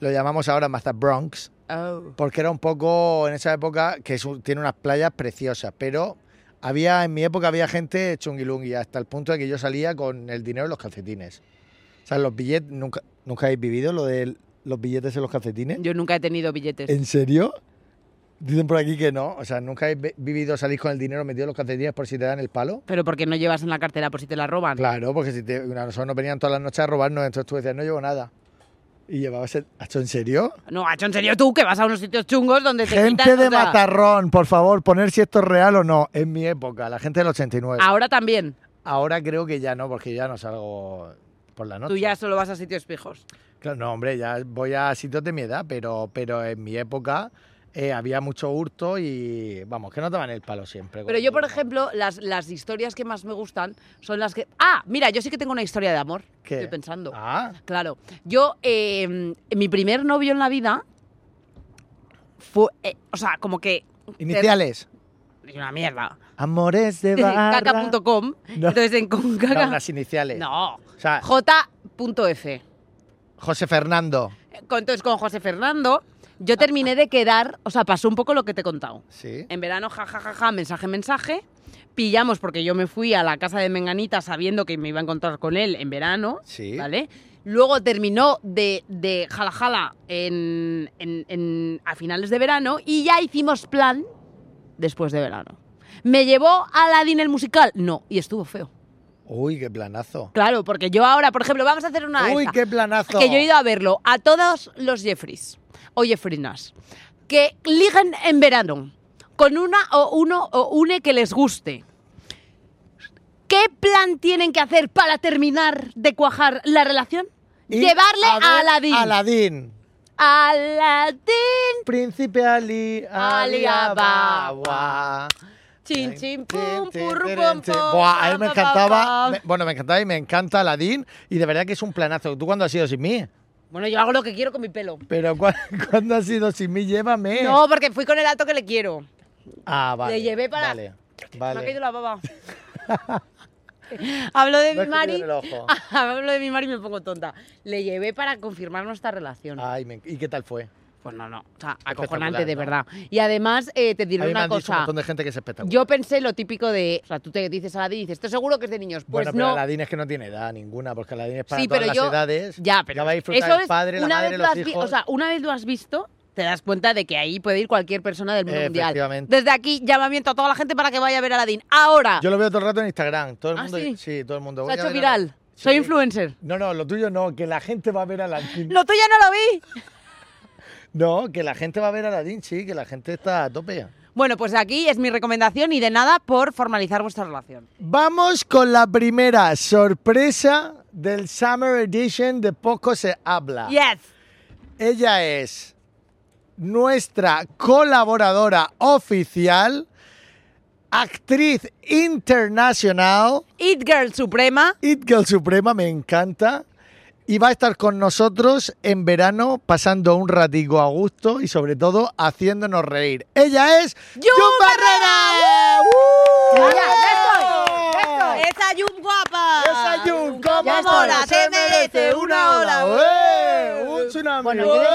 Speaker 2: lo llamamos ahora Mazabronx,
Speaker 3: Oh.
Speaker 2: porque era un poco en esa época que es un- tiene unas playas preciosas, pero había en mi época había gente chungilungui hasta el punto de que yo salía con el dinero en los calcetines. O sea, los billetes nunca nunca habéis vivido lo de los billetes en los calcetines?
Speaker 3: Yo nunca he tenido billetes.
Speaker 2: ¿En serio? Dicen por aquí que no, o sea, nunca habéis vi- vivido salir con el dinero metido en los calcetines por si te dan el palo.
Speaker 3: Pero porque no llevas en la cartera por si te la roban.
Speaker 2: Claro, porque si te, a nosotros nos venían todas las noches a robarnos, entonces tú decías, no llevo nada. Y llevabas el... ¿Hacho en serio?
Speaker 3: No, hacho, en serio tú que vas a unos sitios chungos donde te
Speaker 2: Gente
Speaker 3: quitan, o
Speaker 2: de
Speaker 3: sea,
Speaker 2: Matarrón, por favor, poner si esto es real o no. En mi época, la gente del 89.
Speaker 3: Ahora también.
Speaker 2: Ahora creo que ya no, porque ya no salgo por la noche.
Speaker 3: Tú ya solo vas a sitios fijos.
Speaker 2: Claro, no, hombre, ya voy a sitios de mi edad, pero, pero en mi época eh, había mucho hurto y, vamos, que no te van el palo siempre.
Speaker 3: Pero yo, por ejemplo, las, las historias que más me gustan son las que... Ah, mira, yo sí que tengo una historia de amor.
Speaker 2: ¿Qué?
Speaker 3: Estoy pensando.
Speaker 2: Ah,
Speaker 3: Claro. Yo, eh, mi primer novio en la vida fue... eh, o sea, como que...
Speaker 2: iniciales.
Speaker 3: Em, Una mierda.
Speaker 2: Amores de barra.
Speaker 3: Caca.com.
Speaker 2: No.
Speaker 3: Entonces, en con
Speaker 2: No, Ah.
Speaker 3: caca...
Speaker 2: unas iniciales.
Speaker 3: No.
Speaker 2: O sea,
Speaker 3: J.F.
Speaker 2: José Fernando.
Speaker 3: Con- Entonces, con José Fernando, yo terminé de quedar... O sea, pasó un poco lo que te he contado.
Speaker 2: Sí.
Speaker 3: En verano, jajajaja, mensaje, mensaje. Pillamos porque yo me fui a la casa de Menganita sabiendo que me iba a encontrar con él en verano.
Speaker 2: Sí.
Speaker 3: ¿Vale? Luego terminó de, de jala jala en, en- en- a finales de verano y ya hicimos plan después de verano. ¿Me llevó a la el musical? No, y estuvo feo.
Speaker 2: Uy, qué planazo.
Speaker 3: Claro, porque yo ahora, por ejemplo, vamos a hacer una.
Speaker 2: Uy,
Speaker 3: esta.
Speaker 2: qué planazo.
Speaker 3: Que yo he ido a verlo a todos los Jeffries o Jeffrinas que ligan en verano con una o uno o une que les guste. ¿Qué plan tienen que hacer para terminar de cuajar la relación?
Speaker 2: Y
Speaker 3: Llevarle
Speaker 2: ver
Speaker 3: a Aladín.
Speaker 2: Aladín.
Speaker 3: Aladín.
Speaker 2: Príncipe Ali, Ali
Speaker 3: Ali Ababa.
Speaker 2: Ababa.
Speaker 3: Chin, chin,
Speaker 2: Tin,
Speaker 3: pum,
Speaker 2: tin,
Speaker 3: purru,
Speaker 2: tin,
Speaker 3: pum,
Speaker 2: tin.
Speaker 3: pum,
Speaker 2: Buah, a mí me
Speaker 3: pam, pam,
Speaker 2: encantaba.
Speaker 3: pam.
Speaker 2: me- bueno, me encantaba y me encanta Aladín. Y de verdad que es un planazo. ¿Tú cuándo has ido sin mí?
Speaker 3: Bueno, yo hago lo que quiero con mi pelo.
Speaker 2: Pero cua- ¿cuándo has ido sin mí? Llévame.
Speaker 3: No, porque fui con el alto que le quiero.
Speaker 2: Ah, vale.
Speaker 3: Le llevé para-
Speaker 2: Vale.
Speaker 3: Me ha
Speaker 2: Vale.
Speaker 3: caído la baba. Hablo de
Speaker 2: Me
Speaker 3: mi
Speaker 2: has comido
Speaker 3: Mari.
Speaker 2: en el ojo.
Speaker 3: Hablo de mi Mari y me pongo tonta. Le llevé para confirmar nuestra relación.
Speaker 2: Ay, me- ¿y qué tal fue?
Speaker 3: Pues no, no. O
Speaker 2: Ah.
Speaker 3: sea,
Speaker 2: Espectacular,
Speaker 3: acojonante de
Speaker 2: ¿no?
Speaker 3: verdad. Y además, eh, te
Speaker 2: A
Speaker 3: diré
Speaker 2: mí me
Speaker 3: una
Speaker 2: han dicho un
Speaker 3: cosa.
Speaker 2: montón de gente que es espectacular.
Speaker 3: Yo pensé lo típico de. O sea, tú te dices a la y dices, esto seguro que es de niños. Pues
Speaker 2: bueno, pero
Speaker 3: no.
Speaker 2: Aladín es que no tiene edad ninguna, porque Aladín es para
Speaker 3: sí,
Speaker 2: todas
Speaker 3: pero
Speaker 2: las
Speaker 3: yo.
Speaker 2: edades.
Speaker 3: Ya, pero.
Speaker 2: Ya va a disfrutar
Speaker 3: eso
Speaker 2: el
Speaker 3: es-
Speaker 2: padre, la
Speaker 3: una
Speaker 2: madre,
Speaker 3: vez
Speaker 2: los
Speaker 3: lo has vi-
Speaker 2: hijos.
Speaker 3: O sea, una vez lo has visto, te das cuenta de que ahí puede ir cualquier persona del mundo mundial.
Speaker 2: Efectivamente.
Speaker 3: Desde aquí, llamamiento a toda la gente para que vaya a ver a Aladdin. Ahora.
Speaker 2: Yo lo veo todo el rato en Instagram. Todo el
Speaker 3: ¿Ah,
Speaker 2: mundo.
Speaker 3: sí?
Speaker 2: todo el mundo.
Speaker 3: se
Speaker 2: Voy
Speaker 3: ha
Speaker 2: a
Speaker 3: hecho
Speaker 2: ver a-
Speaker 3: viral.
Speaker 2: Sí.
Speaker 3: Soy influencer.
Speaker 2: No, no, lo tuyo no, que la gente va a ver a Aladdin.
Speaker 3: Lo tuyo no lo vi.
Speaker 2: No, que la gente va a ver a Aladdin, sí, que la gente está a tope.
Speaker 3: Bueno, pues aquí es mi recomendación y de nada por formalizar vuestra relación.
Speaker 2: Vamos con la primera sorpresa del Summer Edition de Poco se habla.
Speaker 3: Yes.
Speaker 2: Ella es nuestra colaboradora oficial, actriz internacional,
Speaker 3: It Girl Suprema.
Speaker 2: It Girl Suprema, me encanta. Y va a estar con nosotros en verano, pasando un ratico a gusto y sobre todo haciéndonos reír. Ella es
Speaker 3: ¡Jun
Speaker 2: Barrera.
Speaker 3: Barrera!
Speaker 2: ¡Uh!
Speaker 4: Ya, ya estoy, ya estoy.
Speaker 3: ¡Esa Jun guapa!
Speaker 2: Esa ¡Uh! Jun, como
Speaker 4: Ya estoy.
Speaker 2: mola, se
Speaker 3: Te
Speaker 2: merece
Speaker 3: merece
Speaker 2: una
Speaker 3: una
Speaker 2: ola.
Speaker 3: ola. Uh.
Speaker 2: ¡Eh! Un tsunami.
Speaker 4: ¡Uh! Bueno, yo
Speaker 2: ¡Eh!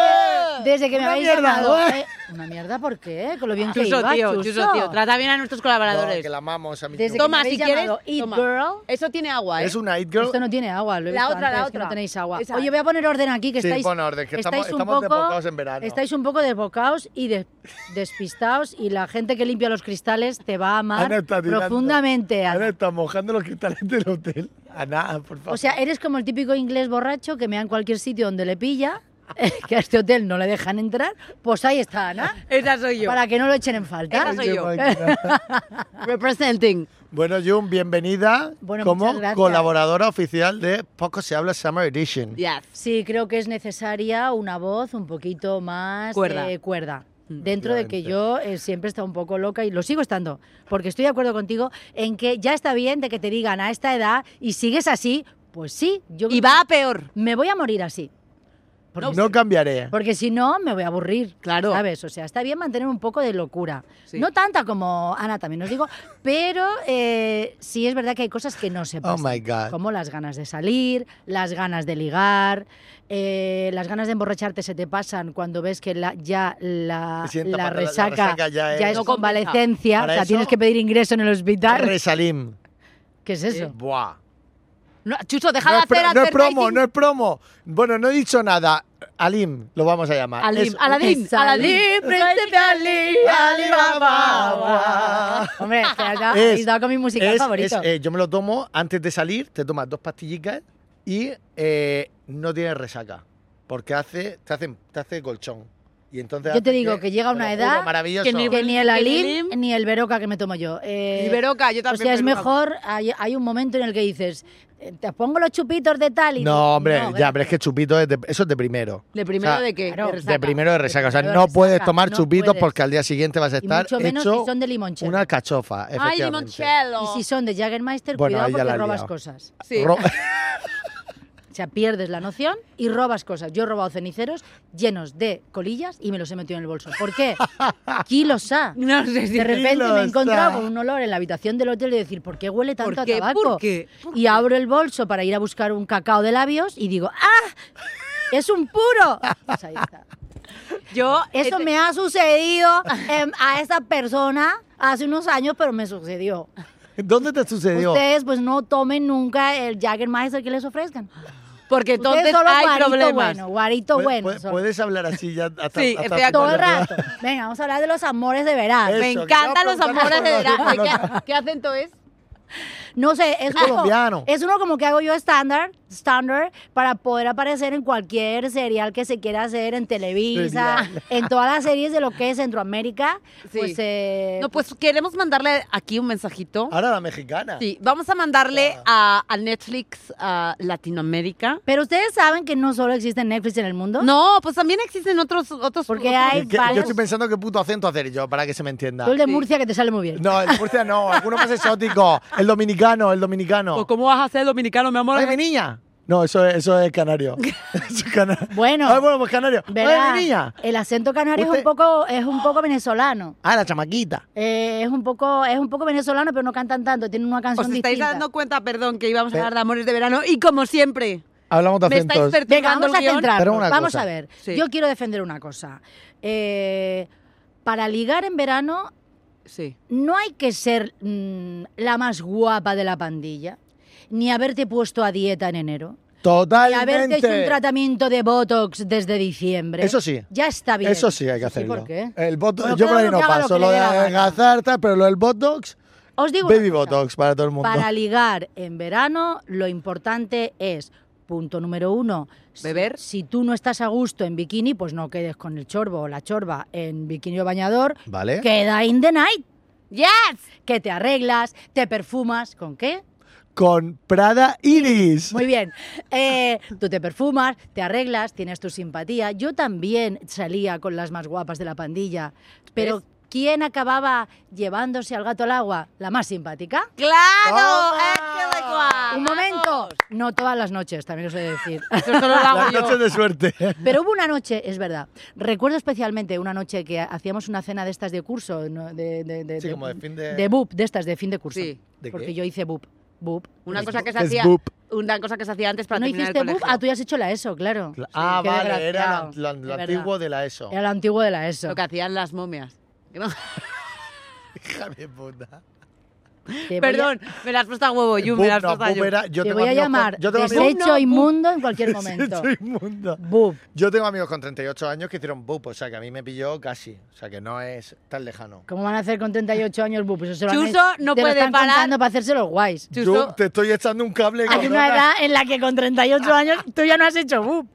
Speaker 4: desde, desde que me
Speaker 2: Una
Speaker 4: habéis
Speaker 2: mierda,
Speaker 4: llamado.
Speaker 2: ¿eh?
Speaker 4: eh, ¿Una mierda por qué? Con lo bien que
Speaker 3: Chuso,
Speaker 4: iba,
Speaker 3: tío,
Speaker 4: Chuso.
Speaker 3: chuso, tío. Trata bien a nuestros
Speaker 2: No,
Speaker 3: colaboradores.
Speaker 2: que la amamos a mi
Speaker 4: Desde
Speaker 2: Jun.
Speaker 4: que me
Speaker 3: Toma,
Speaker 4: habéis
Speaker 3: si quieres,
Speaker 4: llamado It
Speaker 3: toma.
Speaker 4: Girl.
Speaker 3: Eso tiene agua, ¿eh?
Speaker 2: Es una It Girl.
Speaker 4: Esto no tiene agua, lo he
Speaker 3: La
Speaker 4: visto
Speaker 3: otra,
Speaker 4: antes,
Speaker 3: la
Speaker 4: que
Speaker 3: otra.
Speaker 4: no tenéis agua.
Speaker 3: Esa.
Speaker 4: Oye, voy a poner orden aquí, que
Speaker 2: Sí,
Speaker 4: estáis,
Speaker 2: pon orden, que estamos-
Speaker 4: estáis un
Speaker 2: estamos
Speaker 4: poco,
Speaker 2: desbocados en verano.
Speaker 4: Estáis un poco desbocados y de- despistados y la gente que limpia los cristales te va a amar
Speaker 2: Ana está tirando.
Speaker 4: profundamente. Ana.
Speaker 2: Ana está mojando los cristales del hotel. Ana, por favor.
Speaker 4: O sea, eres como el típico inglés borracho que mea en cualquier sitio donde le pilla, que a este hotel no le dejan entrar, pues ahí está Ana,
Speaker 3: Esa soy yo.
Speaker 4: para que no lo echen en falta.
Speaker 3: Esa soy
Speaker 2: Qué
Speaker 3: yo.
Speaker 2: máquina.
Speaker 3: Representing.
Speaker 2: bueno, Jun, bienvenida
Speaker 4: Bueno,
Speaker 2: como
Speaker 4: muchas gracias.
Speaker 2: colaboradora oficial de Poco se habla Summer Edition.
Speaker 3: Yes.
Speaker 4: Sí, creo que es necesaria una voz un poquito más
Speaker 3: Cuerda.
Speaker 4: eh, cuerda. Dentro de que
Speaker 2: Efectivamente.
Speaker 4: yo eh, siempre he estado un poco loca y lo sigo estando, porque estoy de acuerdo contigo en que ya está bien de que te digan a esta edad y sigues así, pues sí, yo
Speaker 3: Y va a peor.
Speaker 4: me voy a morir así,
Speaker 2: No, cambiaré.
Speaker 4: porque si no me voy a aburrir.
Speaker 3: Claro.
Speaker 4: ¿Sabes? O sea, está bien mantener un poco de locura.
Speaker 3: Sí.
Speaker 4: No tanta como Ana también os digo, pero eh, sí es verdad que hay cosas que no se
Speaker 2: Oh
Speaker 4: pasan.
Speaker 2: my God.
Speaker 4: Como las ganas de salir, las ganas de ligar, eh, las ganas de emborracharte se te pasan cuando ves que la- ya la,
Speaker 2: Te sienta
Speaker 4: la
Speaker 2: fatal, la
Speaker 4: resaca,
Speaker 2: resaca ya
Speaker 4: ya,
Speaker 2: es-
Speaker 4: es
Speaker 3: No compensa.
Speaker 4: convalecencia,
Speaker 2: Para
Speaker 4: o sea,
Speaker 2: eso-
Speaker 4: tienes que pedir ingreso en el hospital.
Speaker 2: Resalim.
Speaker 4: ¿Qué es eso?
Speaker 2: Buah.
Speaker 3: No, Chuso, deja
Speaker 2: No
Speaker 3: de
Speaker 2: es, pro-
Speaker 3: hacer
Speaker 2: no es
Speaker 3: advertising.
Speaker 2: promo, no es promo. Bueno, no he dicho nada. Alim, lo vamos a llamar.
Speaker 3: Alim,
Speaker 2: Es-
Speaker 3: Aladín,
Speaker 4: es
Speaker 3: Aladín,
Speaker 4: Aladín.
Speaker 3: príncipe Aladín, Alibaba.
Speaker 4: Hombre, es que ya
Speaker 2: Ah. Es-
Speaker 4: habéis dado con mi musical
Speaker 2: es-
Speaker 4: favorito.
Speaker 2: es, eh, yo me lo tomo antes de salir, te tomas dos pastillitas y eh, no tienes resaca. Porque hace, te, hace, te hace colchón. Y entonces
Speaker 4: Yo te
Speaker 2: hace
Speaker 4: digo que llega
Speaker 2: te lo
Speaker 4: una
Speaker 2: juro,
Speaker 4: edad
Speaker 2: maravilloso.
Speaker 3: que ni-
Speaker 4: que ni el
Speaker 3: que ni
Speaker 4: Alim
Speaker 3: Lim-
Speaker 4: ni el Veroca que me tomo yo. Eh,
Speaker 3: Iberoca, yo
Speaker 4: o
Speaker 3: también.
Speaker 4: sea, es
Speaker 3: peluca.
Speaker 4: mejor, hay, hay un momento en el que dices, eh, te pongo los chupitos de tal y...
Speaker 2: No, hombre, ya,
Speaker 4: gracias.
Speaker 2: pero es que chupito es de- eso es de primero.
Speaker 3: ¿De primero
Speaker 2: O sea,
Speaker 3: de qué?
Speaker 4: claro,
Speaker 3: de
Speaker 4: de
Speaker 2: De
Speaker 3: resaca.
Speaker 2: primero de resaca. O sea,
Speaker 4: primero
Speaker 2: no
Speaker 4: de
Speaker 2: puedes
Speaker 4: resaca,
Speaker 2: tomar
Speaker 4: no
Speaker 2: chupitos
Speaker 4: puedes.
Speaker 2: porque al día siguiente vas a
Speaker 4: Y
Speaker 2: estar
Speaker 4: mucho menos
Speaker 2: hecho
Speaker 4: si son de limonchelo.
Speaker 2: una cachofa,
Speaker 3: Ay,
Speaker 2: efectivamente.
Speaker 3: limoncello.
Speaker 4: Y si son de Jaggermeister,
Speaker 2: Bueno, ahí
Speaker 4: cuidado
Speaker 2: ya la
Speaker 4: porque
Speaker 2: has
Speaker 4: robas
Speaker 2: liado.
Speaker 4: cosas.
Speaker 3: Sí.
Speaker 2: Ro-
Speaker 4: O sea, pierdes la noción y robas cosas. Yo he robado ceniceros llenos de colillas y me los he metido en el bolso. ¿Por qué? Kilos ha.
Speaker 3: No sé si...
Speaker 4: De repente me
Speaker 2: Kilos
Speaker 4: he encontrado
Speaker 2: ha.
Speaker 4: con un olor en la habitación del hotel y decir, ¿por qué huele tanto
Speaker 3: ¿Por qué?
Speaker 4: a tabaco?
Speaker 3: ¿Por qué? ¿Por
Speaker 4: Y abro el bolso para ir a buscar un cacao de labios y digo, ¡ah! ¡Es un puro! Pues ahí está.
Speaker 3: Yo...
Speaker 4: Eso
Speaker 3: este-
Speaker 4: me ha sucedido em, a esa persona hace unos años, pero me sucedió.
Speaker 2: ¿Dónde te sucedió?
Speaker 4: Ustedes pues no tomen nunca el Jaggermeister que les ofrezcan.
Speaker 3: Porque entonces
Speaker 4: Ustedes solo
Speaker 3: hay
Speaker 4: guarito
Speaker 3: problemas.
Speaker 4: bueno, guarito
Speaker 2: Puede-
Speaker 4: bueno.
Speaker 2: puede-
Speaker 4: solo.
Speaker 2: Puedes hablar así ya hasta,
Speaker 3: Sí,
Speaker 2: hasta
Speaker 3: estoy de
Speaker 4: Todo
Speaker 3: acuerdo.
Speaker 4: el rato. Venga, vamos a hablar de los amores de verano.
Speaker 2: Eso,
Speaker 3: Me
Speaker 2: que te
Speaker 3: encantan
Speaker 2: va a
Speaker 3: los
Speaker 2: preguntar
Speaker 3: amores de
Speaker 2: por los- por
Speaker 3: verano.
Speaker 2: los-
Speaker 3: ¿Qué- ¿Qué acento es?
Speaker 4: No sé, es uno-
Speaker 2: colombiano.
Speaker 4: Es uno como que hago yo estándar, estándar, para poder aparecer en cualquier serial que se quiera hacer, en Televisa,
Speaker 2: Serial.
Speaker 4: en todas las series de lo que es Centroamérica.
Speaker 3: Sí.
Speaker 4: Pues, eh,
Speaker 3: No, pues queremos mandarle aquí un mensajito.
Speaker 2: Ahora la mexicana.
Speaker 3: Sí, vamos a mandarle
Speaker 2: Ah.
Speaker 3: a, a Netflix a Latinoamérica.
Speaker 4: Pero ustedes saben que no solo existe Netflix en el mundo.
Speaker 3: No, pues también existen otros... otros
Speaker 4: Porque
Speaker 3: otros-
Speaker 4: hay-
Speaker 2: Es que Yo
Speaker 4: varios-
Speaker 2: estoy pensando qué puto acento hacer yo para que se me entienda.
Speaker 4: Tú el de
Speaker 3: Sí.
Speaker 4: Murcia que te sale muy bien.
Speaker 2: No, el Murcia no, alguno más exótico. El dominicano, el dominicano.
Speaker 3: Pues, ¿Cómo vas a ser dominicano, mi amor?
Speaker 2: ¡Ay, mi niña! No, eso es, eso es canario. Eso es cana-
Speaker 4: Bueno.
Speaker 2: Ay, bueno, pues canario. ¡Ay,
Speaker 4: Verás,
Speaker 2: mi niña!
Speaker 4: el acento canario es
Speaker 2: Usted-
Speaker 4: un poco es un poco venezolano.
Speaker 2: Ah, la chamaquita.
Speaker 4: Eh, es un poco es un poco venezolano, pero no cantan tanto, tienen una
Speaker 3: Os
Speaker 4: canción
Speaker 3: Pues estáis
Speaker 4: distinta.
Speaker 3: dando cuenta, perdón, que íbamos a
Speaker 2: Eh.
Speaker 3: hablar de amores de verano y como siempre,
Speaker 2: Hablamos de
Speaker 3: me estáis
Speaker 2: acentos.
Speaker 4: Venga,
Speaker 3: perturbando
Speaker 4: vamos a
Speaker 3: el guión.
Speaker 4: centrarnos.
Speaker 2: Pero una
Speaker 4: Vamos
Speaker 2: cosa.
Speaker 4: a ver.
Speaker 3: Sí.
Speaker 4: Yo quiero defender una cosa. Eh, para ligar en verano
Speaker 3: Sí.
Speaker 4: no hay que ser mm, la más guapa de la pandilla, ni haberte puesto a dieta en enero, ni haberte hecho un
Speaker 2: Totalmente.
Speaker 4: tratamiento de Botox desde diciembre.
Speaker 2: Eso sí.
Speaker 4: Ya está bien.
Speaker 2: Eso sí hay que
Speaker 4: Sí,
Speaker 2: hacerlo.
Speaker 4: ¿Por qué?
Speaker 2: El botox,
Speaker 4: Bueno,
Speaker 2: yo
Speaker 4: cada
Speaker 2: por ahí
Speaker 4: uno
Speaker 2: no
Speaker 4: que haga lo
Speaker 2: paso.
Speaker 4: que
Speaker 2: Lo de
Speaker 4: le dé la gana.
Speaker 2: adelgazar, tal, pero lo del botox,
Speaker 4: Os digo una
Speaker 2: baby
Speaker 4: cosa.
Speaker 2: botox para todo el mundo.
Speaker 4: Para ligar en verano, lo importante es, punto número uno, si-
Speaker 3: Beber.
Speaker 4: Si, tú no estás a gusto en bikini, pues no quedes con el chorbo o la chorba en bikini o bañador.
Speaker 2: ¿Vale?
Speaker 4: Queda in the night.
Speaker 3: ¡Yes!
Speaker 4: Que te arreglas, te perfumas. ¿Con qué?
Speaker 2: con Prada Iris.
Speaker 4: Muy bien. Eh, tú te perfumas, te arreglas, tienes tu simpatía. Yo también salía con las más guapas de la pandilla. Pero
Speaker 3: ¿Ves?
Speaker 4: ¿quién acababa llevándose al gato al agua? ¿La más simpática?
Speaker 3: ¡Claro! ¡Ah,
Speaker 2: Toma.
Speaker 3: ¡Es que de cual!
Speaker 4: Un momento. No todas las noches, también os he de decir.
Speaker 3: Eso solo lo hago
Speaker 2: Las
Speaker 3: yo.
Speaker 2: noches de suerte.
Speaker 4: Pero hubo una noche, es verdad. Recuerdo especialmente una noche que hacíamos una cena de estas de curso, ¿no? de, de, de,
Speaker 2: Sí, como de fin de-
Speaker 4: BUP, de estas de fin de curso.
Speaker 3: Sí.
Speaker 2: ¿De qué?
Speaker 4: porque yo hice BUP. BUP.
Speaker 3: Una cosa que se
Speaker 2: Es
Speaker 3: hacía.
Speaker 2: boop.
Speaker 3: Una cosa que se hacía antes para
Speaker 4: ¿No
Speaker 3: terminar el
Speaker 4: hiciste BUP?
Speaker 3: colegio.
Speaker 4: Ah, tú ya has hecho la ESO, claro.
Speaker 2: Ah,
Speaker 4: Qué
Speaker 2: vale, era
Speaker 4: desgraciado.
Speaker 2: lo, lo- lo
Speaker 4: Es
Speaker 2: antiguo
Speaker 4: verdad.
Speaker 2: de la ESO.
Speaker 4: Era lo antiguo de la ESO.
Speaker 3: Lo que hacían las momias. No,
Speaker 2: Hija de puta.
Speaker 4: Te voy a-
Speaker 3: Perdón, me las has puesto a huevo, Yu, me
Speaker 2: Boop,
Speaker 3: las has
Speaker 2: no,
Speaker 3: puesto a
Speaker 2: boop
Speaker 3: Yu.
Speaker 2: era- yo
Speaker 4: te
Speaker 2: tengo
Speaker 4: voy a
Speaker 2: amigos con-
Speaker 4: llamar
Speaker 2: yo tengo amigos-
Speaker 4: desecho inmundo en cualquier momento.
Speaker 2: Desecho inmundo.
Speaker 4: BUP.
Speaker 2: Yo tengo amigos con 38 años que hicieron boop, o sea que a mí me pilló casi, o sea que no es tan lejano.
Speaker 4: ¿Cómo van a hacer con 38 años BUP? Eso se lo han-
Speaker 3: Chuso no
Speaker 4: te lo
Speaker 3: puede
Speaker 4: están
Speaker 3: parar.
Speaker 4: contando para hacerse los guays.
Speaker 3: Chuso,
Speaker 2: Yo te estoy echando un cable.
Speaker 4: Hay
Speaker 2: cabrona.
Speaker 4: una edad en la que con 38 años tú ya no has hecho BUP.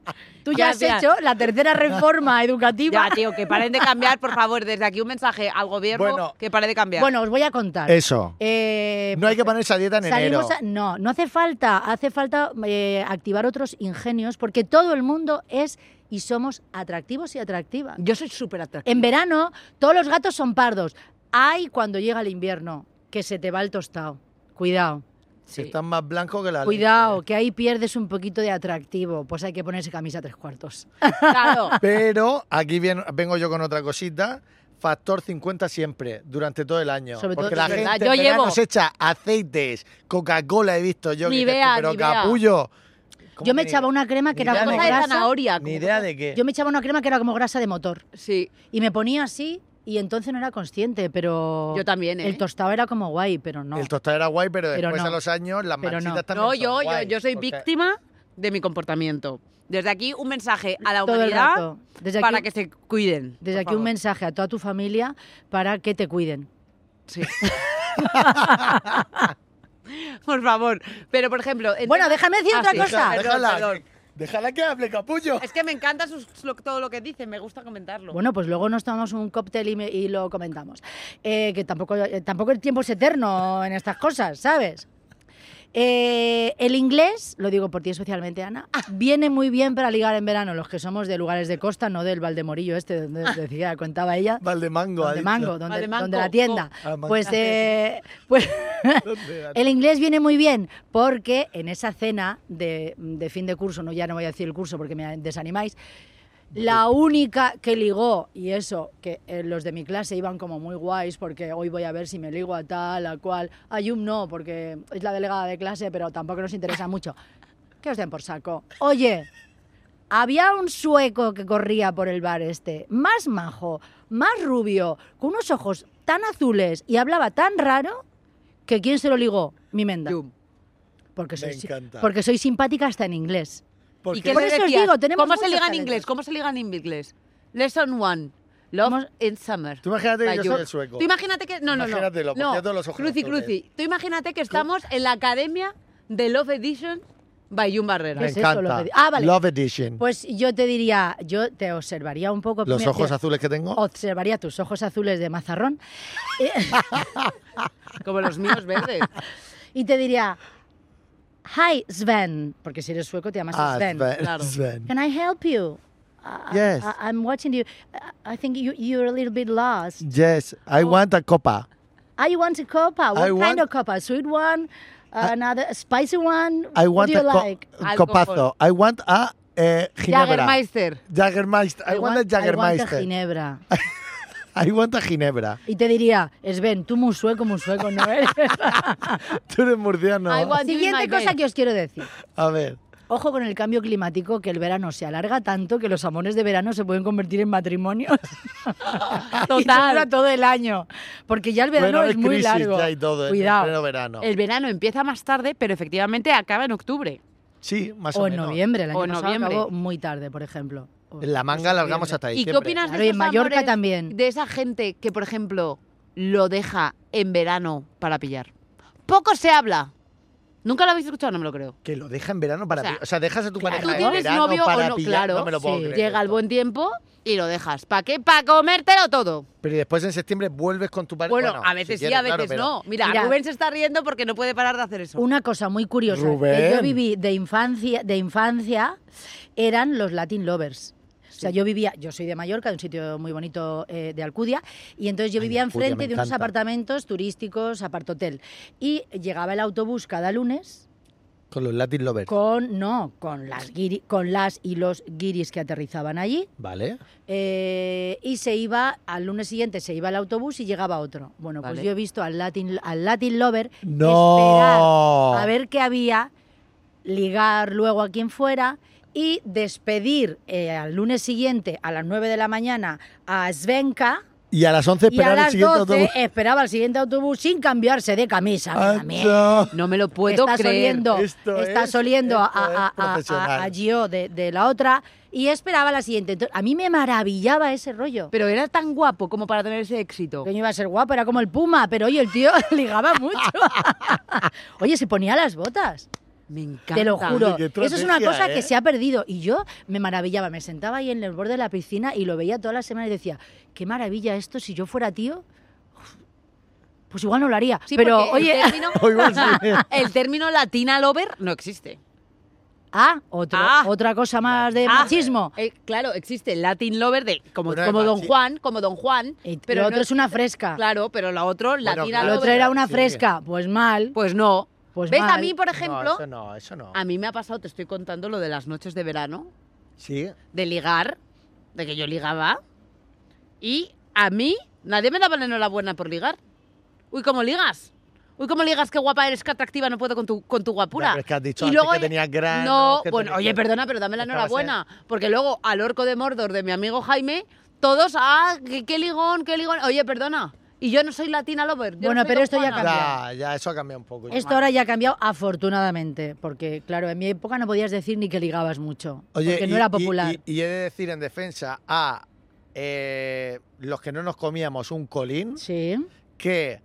Speaker 4: Tú ya has
Speaker 3: Gracias.
Speaker 4: hecho la tercera reforma educativa.
Speaker 3: Ya, tío, que paren de cambiar, por favor. Desde aquí un mensaje al gobierno
Speaker 2: Bueno.
Speaker 3: que pare de cambiar.
Speaker 4: Bueno, os voy a contar.
Speaker 2: Eso.
Speaker 4: Eh,
Speaker 2: No hay que ponerse a dieta en enero.
Speaker 4: salimos a- no, no hace falta. Hace falta eh, activar otros ingenios porque todo el mundo es y somos atractivos y atractivas.
Speaker 3: yo soy súper atractiva.
Speaker 4: En verano todos los gatos son pardos. Hay cuando llega el invierno que se te va el tostado. Cuidado,
Speaker 2: Si
Speaker 3: Sí.
Speaker 2: Estás más blanco que la leche.
Speaker 4: cuidado, que ahí pierdes un poquito de atractivo. Pues hay que ponerse camisa tres cuartos.
Speaker 3: Claro.
Speaker 2: Pero aquí vien- vengo yo con otra cosita. Factor 50 siempre, durante todo el año.
Speaker 4: Sobre todo,
Speaker 2: Porque
Speaker 4: es
Speaker 2: la
Speaker 4: verdad,
Speaker 2: gente
Speaker 3: yo
Speaker 2: en verano
Speaker 3: llevo-
Speaker 2: se echa aceites, Coca-Cola he visto yo. que dices tú,
Speaker 3: Nivea,
Speaker 2: pero
Speaker 3: Nivea.
Speaker 2: capullo. ¿Cómo
Speaker 4: Yo me
Speaker 2: que ni-
Speaker 4: echaba una crema que
Speaker 2: ni
Speaker 4: era
Speaker 2: idea
Speaker 4: como
Speaker 3: Cosa de
Speaker 2: qué.
Speaker 4: grasa.
Speaker 2: Ni
Speaker 3: zanahoria. como
Speaker 2: idea
Speaker 3: cosa-
Speaker 2: de qué.
Speaker 4: Yo me echaba una crema que era como grasa de motor.
Speaker 3: Sí,
Speaker 4: Y me ponía así y entonces no era consciente, pero...
Speaker 3: yo también, ¿eh?
Speaker 4: El tostado era como guay, pero no.
Speaker 2: El tostado era guay, pero
Speaker 4: Pero
Speaker 2: después
Speaker 4: no.
Speaker 2: a los años las
Speaker 4: Pero no.
Speaker 2: manchitas también
Speaker 3: No,
Speaker 2: son
Speaker 3: yo, yo,
Speaker 2: guay,
Speaker 3: yo soy
Speaker 2: porque-
Speaker 3: víctima de mi comportamiento. Desde aquí un mensaje a la
Speaker 4: Todo el
Speaker 3: humanidad
Speaker 4: rato. Desde
Speaker 3: para
Speaker 4: aquí,
Speaker 3: que se cuiden.
Speaker 4: desde
Speaker 3: por
Speaker 4: aquí un
Speaker 3: favor.
Speaker 4: mensaje a toda tu familia para que te cuiden.
Speaker 3: Sí. por favor. Pero, por ejemplo... en
Speaker 4: Bueno,
Speaker 3: tema-
Speaker 4: déjame decir
Speaker 3: Ah,
Speaker 4: otra
Speaker 3: sí.
Speaker 4: cosa.
Speaker 2: Deja-
Speaker 3: Perdón,
Speaker 2: déjala,
Speaker 3: perdón.
Speaker 2: déjala que hable, capullo.
Speaker 3: Es que me encanta sus- lo- todo lo que dice, me gusta comentarlo.
Speaker 4: Bueno, pues luego nos tomamos un cóctel y, me- y lo comentamos. Eh, que tampoco, eh, tampoco el tiempo es eterno en estas cosas, ¿sabes? Eh, el inglés, lo digo por ti especialmente, Ana, viene muy bien para ligar en verano, los que somos de lugares de costa, no del Valdemorillo este, donde decía, contaba ella,
Speaker 2: Valdemango. ha
Speaker 4: donde
Speaker 2: dicho.
Speaker 4: mango, donde,
Speaker 3: Valdemanco,
Speaker 4: donde la tienda.
Speaker 2: co. Ah, mango.
Speaker 4: Pues, eh, pues
Speaker 2: ¿Dónde era?
Speaker 4: El inglés viene muy bien porque en esa cena de, de fin de curso, no ya no voy a decir el curso porque me desanimáis, la única que ligó, y eso, que eh, los de mi clase iban como muy guays porque hoy voy a ver si me ligo a tal, a cual, a Yum no, porque es la delegada de clase, pero tampoco nos interesa mucho. Que os den por saco. Oye, había un sueco que corría por el bar este, más majo, más rubio, con unos ojos tan azules y hablaba tan raro que quién se lo ligó, mi menda.
Speaker 3: Yum.
Speaker 4: Porque soy,
Speaker 2: Me
Speaker 4: si-
Speaker 2: encanta.
Speaker 4: porque soy simpática hasta en inglés.
Speaker 2: Porque
Speaker 3: ¿Y qué
Speaker 4: Por
Speaker 3: le
Speaker 4: eso os
Speaker 3: decías?
Speaker 4: digo, tenemos
Speaker 3: ¿Cómo se
Speaker 4: muchos
Speaker 3: liga en
Speaker 4: talentos.
Speaker 3: inglés? ¿Cómo se liga en inglés? Lesson one. Love
Speaker 4: Vamos-
Speaker 3: in summer.
Speaker 2: Tú imagínate que
Speaker 3: By
Speaker 2: yo
Speaker 3: Yum.
Speaker 2: soy el sueco.
Speaker 3: Tú imagínate que... No, no, no.
Speaker 2: Imagínatelo, porque
Speaker 3: no.
Speaker 2: ya todos los ojos
Speaker 3: cruci,
Speaker 2: azules.
Speaker 3: cruci. Tú imagínate que estamos en la academia de Love Edition by Jun Barrera.
Speaker 2: Me
Speaker 4: es eso,
Speaker 2: encanta.
Speaker 4: lo que- ah, vale.
Speaker 2: Love Edition.
Speaker 4: Pues yo te diría, yo te observaría un poco.
Speaker 2: Los
Speaker 4: me-
Speaker 2: ojos
Speaker 4: te-
Speaker 2: azules que tengo.
Speaker 4: Observaría tus ojos azules de mazarrón eh,
Speaker 3: Como los míos verdes.
Speaker 4: y te diría, Hi Sven, porque si eres sueco te llamas
Speaker 2: Ah,
Speaker 4: Sven.
Speaker 2: Sven,
Speaker 3: claro.
Speaker 2: Sven.
Speaker 4: Can I help you? I-
Speaker 2: Yes.
Speaker 4: I, I'm watching you. I I think you, you're a little bit lost.
Speaker 2: Yes, I want a copa.
Speaker 4: I want a copa. What
Speaker 2: I
Speaker 4: kind
Speaker 2: want-
Speaker 4: of copa? A sweet one? another a spicy one?
Speaker 2: I
Speaker 4: what
Speaker 2: want
Speaker 4: do you
Speaker 2: a co-
Speaker 4: like?
Speaker 3: Alcohol.
Speaker 2: copazo. I want a eh, ginebra.
Speaker 3: Jagermeister.
Speaker 2: Jagermeister. I, want, a
Speaker 4: I want a
Speaker 2: Jagermeister.
Speaker 4: ginebra.
Speaker 2: I want a ginebra.
Speaker 4: Y te diría, Sven, tú muy sueco, muy sueco, ¿no eres?
Speaker 2: Tú eres murciano.
Speaker 3: I want-
Speaker 4: Siguiente
Speaker 3: my
Speaker 4: cosa
Speaker 3: best.
Speaker 4: que os quiero decir.
Speaker 2: A ver.
Speaker 4: Ojo con el cambio climático, que el verano se alarga tanto que los amores de verano se pueden convertir en matrimonios. Y
Speaker 3: Total.
Speaker 4: dura todo el año. Porque ya el verano
Speaker 2: Bueno,
Speaker 4: es
Speaker 2: es
Speaker 4: muy
Speaker 2: crisis
Speaker 4: largo.
Speaker 2: ya y todo, ¿eh? en
Speaker 4: Cuidado.
Speaker 2: pleno verano.
Speaker 3: El verano empieza más tarde, pero efectivamente acaba en octubre.
Speaker 2: Sí, más o,
Speaker 4: O en
Speaker 2: menos.
Speaker 4: noviembre, el año
Speaker 3: O en
Speaker 4: pasado
Speaker 3: noviembre.
Speaker 4: acabó muy tarde, por ejemplo. O-
Speaker 2: En la manga largamos hasta ahí.
Speaker 3: ¿Y qué opinas de
Speaker 4: Claro, Pues y en
Speaker 3: esos
Speaker 4: Mallorca
Speaker 3: amores
Speaker 4: también.
Speaker 3: De esa gente que, por ejemplo, lo deja en verano para pillar. Poco se habla. ¿Nunca lo habéis escuchado? No me lo creo.
Speaker 2: Que lo deja en verano para
Speaker 3: O sea,
Speaker 2: ti. O sea, dejas a tu
Speaker 4: claro.
Speaker 2: pareja
Speaker 3: Tú
Speaker 2: en
Speaker 3: tienes
Speaker 2: verano
Speaker 3: novio
Speaker 2: para
Speaker 3: o no,
Speaker 2: pillar.
Speaker 3: claro.
Speaker 2: No me lo puedo
Speaker 4: sí.
Speaker 2: creer.
Speaker 3: Llega el buen tiempo y lo dejas. ¿Para qué? Para comértelo todo.
Speaker 2: Pero y después en septiembre vuelves con tu pareja.
Speaker 3: Bueno, a veces
Speaker 2: si
Speaker 3: sí, a
Speaker 2: quieres,
Speaker 3: veces
Speaker 2: claro, pero-
Speaker 3: no. Mira,
Speaker 4: Mira.
Speaker 3: Rubén se está riendo porque no puede parar de hacer eso.
Speaker 4: Una cosa muy curiosa que yo
Speaker 2: Rubén.
Speaker 4: viví de infancia, de infancia eran los Latin Lovers. O sea, yo vivía, yo soy de Mallorca, de un sitio muy bonito eh, de Alcudia, y entonces yo
Speaker 2: Ay,
Speaker 4: vivía
Speaker 2: Alcudia,
Speaker 4: enfrente
Speaker 2: me
Speaker 4: de unos
Speaker 2: encanta.
Speaker 4: apartamentos turísticos, apartotel. Y llegaba el autobús cada lunes
Speaker 2: Con los Latin Lovers.
Speaker 4: con, no, con las, guiri- con las y los guiris que aterrizaban allí,
Speaker 2: Vale.
Speaker 4: eh, y se iba, al lunes siguiente se iba el autobús y llegaba otro. Bueno,
Speaker 3: Vale.
Speaker 4: pues yo he visto al Latin, al Latin Lover
Speaker 2: No.
Speaker 4: esperar a ver qué había, ligar luego a quien fuera y despedir eh, al lunes siguiente a las 9 de la mañana a Svenka
Speaker 2: Y a las 11
Speaker 4: y a
Speaker 2: esperar el
Speaker 4: las
Speaker 2: siguiente
Speaker 4: 12
Speaker 2: autobús.
Speaker 3: eh,
Speaker 4: esperaba al siguiente autobús sin cambiarse de camisa. Venga, mierda.
Speaker 2: Anda.
Speaker 3: Pues No me lo puedo
Speaker 4: estás
Speaker 3: creer.
Speaker 4: oliendo,
Speaker 2: Esto
Speaker 4: estás
Speaker 2: es-
Speaker 4: oliendo a,
Speaker 2: esto es
Speaker 4: a, a- a-
Speaker 2: profesional.
Speaker 4: a Gio de, de la otra y esperaba la siguiente. Entonces, a mí me maravillaba ese rollo.
Speaker 3: Pero era tan guapo como para tener ese éxito.
Speaker 4: Coño, iba a ser guapo, era como el Puma, pero oye, el tío ligaba mucho. oye, se ponía las botas.
Speaker 3: Me encanta.
Speaker 4: Te lo juro.
Speaker 2: Oye, qué
Speaker 4: Eso es una
Speaker 2: estrategia,
Speaker 4: cosa que
Speaker 2: ¿eh?
Speaker 4: se ha perdido. Y yo me maravillaba. Me sentaba ahí en el borde de la piscina y lo veía todas las semanas y decía, qué maravilla esto. Si yo fuera tío, pues igual no lo haría.
Speaker 3: Sí,
Speaker 4: Pero,
Speaker 3: porque
Speaker 4: oye,
Speaker 3: el término,
Speaker 2: Hoy va a ser-
Speaker 3: el término latina lover no existe.
Speaker 4: ah, otro-
Speaker 3: Ah.
Speaker 4: otra cosa más de
Speaker 3: Ah.
Speaker 4: machismo.
Speaker 3: Eh, claro, existe el Latin lover de como,
Speaker 2: Bueno,
Speaker 3: como
Speaker 2: el
Speaker 3: Don
Speaker 2: machi-
Speaker 3: Juan, como Don Juan,
Speaker 4: Y
Speaker 3: pero
Speaker 4: lo
Speaker 3: no
Speaker 4: otro es una fresca.
Speaker 3: claro, pero la otro latina
Speaker 2: claro.
Speaker 4: Lo
Speaker 2: Lo
Speaker 4: otro
Speaker 3: lover.
Speaker 4: era una
Speaker 2: sí.
Speaker 4: fresca. Pues mal.
Speaker 3: Pues no.
Speaker 4: Pues
Speaker 3: ¿Ves? A
Speaker 4: mal.
Speaker 3: mí, por
Speaker 2: No,
Speaker 3: ejemplo,
Speaker 2: eso no, eso no.
Speaker 3: a mí me ha pasado, te estoy contando lo de las noches de verano,
Speaker 2: Sí.
Speaker 3: de ligar, de que yo ligaba y a mí nadie me daba la enhorabuena por ligar. Uy, ¿cómo ligas? Uy, ¿cómo ligas? Qué guapa eres, qué atractiva, no puedo con tu, con tu guapura.
Speaker 2: Ya, pero es que has dicho antes que tenías granos,
Speaker 3: No,
Speaker 2: que
Speaker 3: bueno,
Speaker 2: tenías-
Speaker 3: oye, perdona, pero dame la
Speaker 2: Estabas
Speaker 3: enhorabuena. Porque luego al orco de Mordor de mi amigo Jaime, todos, ah, qué, qué ligón, qué ligón. Oye, perdona. Y yo no soy latina lover. yo no
Speaker 4: Bueno,
Speaker 3: soy
Speaker 4: pero
Speaker 3: Don
Speaker 4: esto ya
Speaker 3: Juana.
Speaker 4: cambió.
Speaker 2: Ya, ya, eso ha cambiado un poco.
Speaker 4: Esto ahora ya ha cambiado afortunadamente, porque claro, en mi época no podías decir ni que ligabas mucho,
Speaker 2: Oye,
Speaker 4: porque
Speaker 2: y-
Speaker 4: no era
Speaker 2: y-
Speaker 4: popular.
Speaker 2: Y, y he de decir en defensa a eh, los que no nos comíamos un colín,
Speaker 4: sí.
Speaker 2: que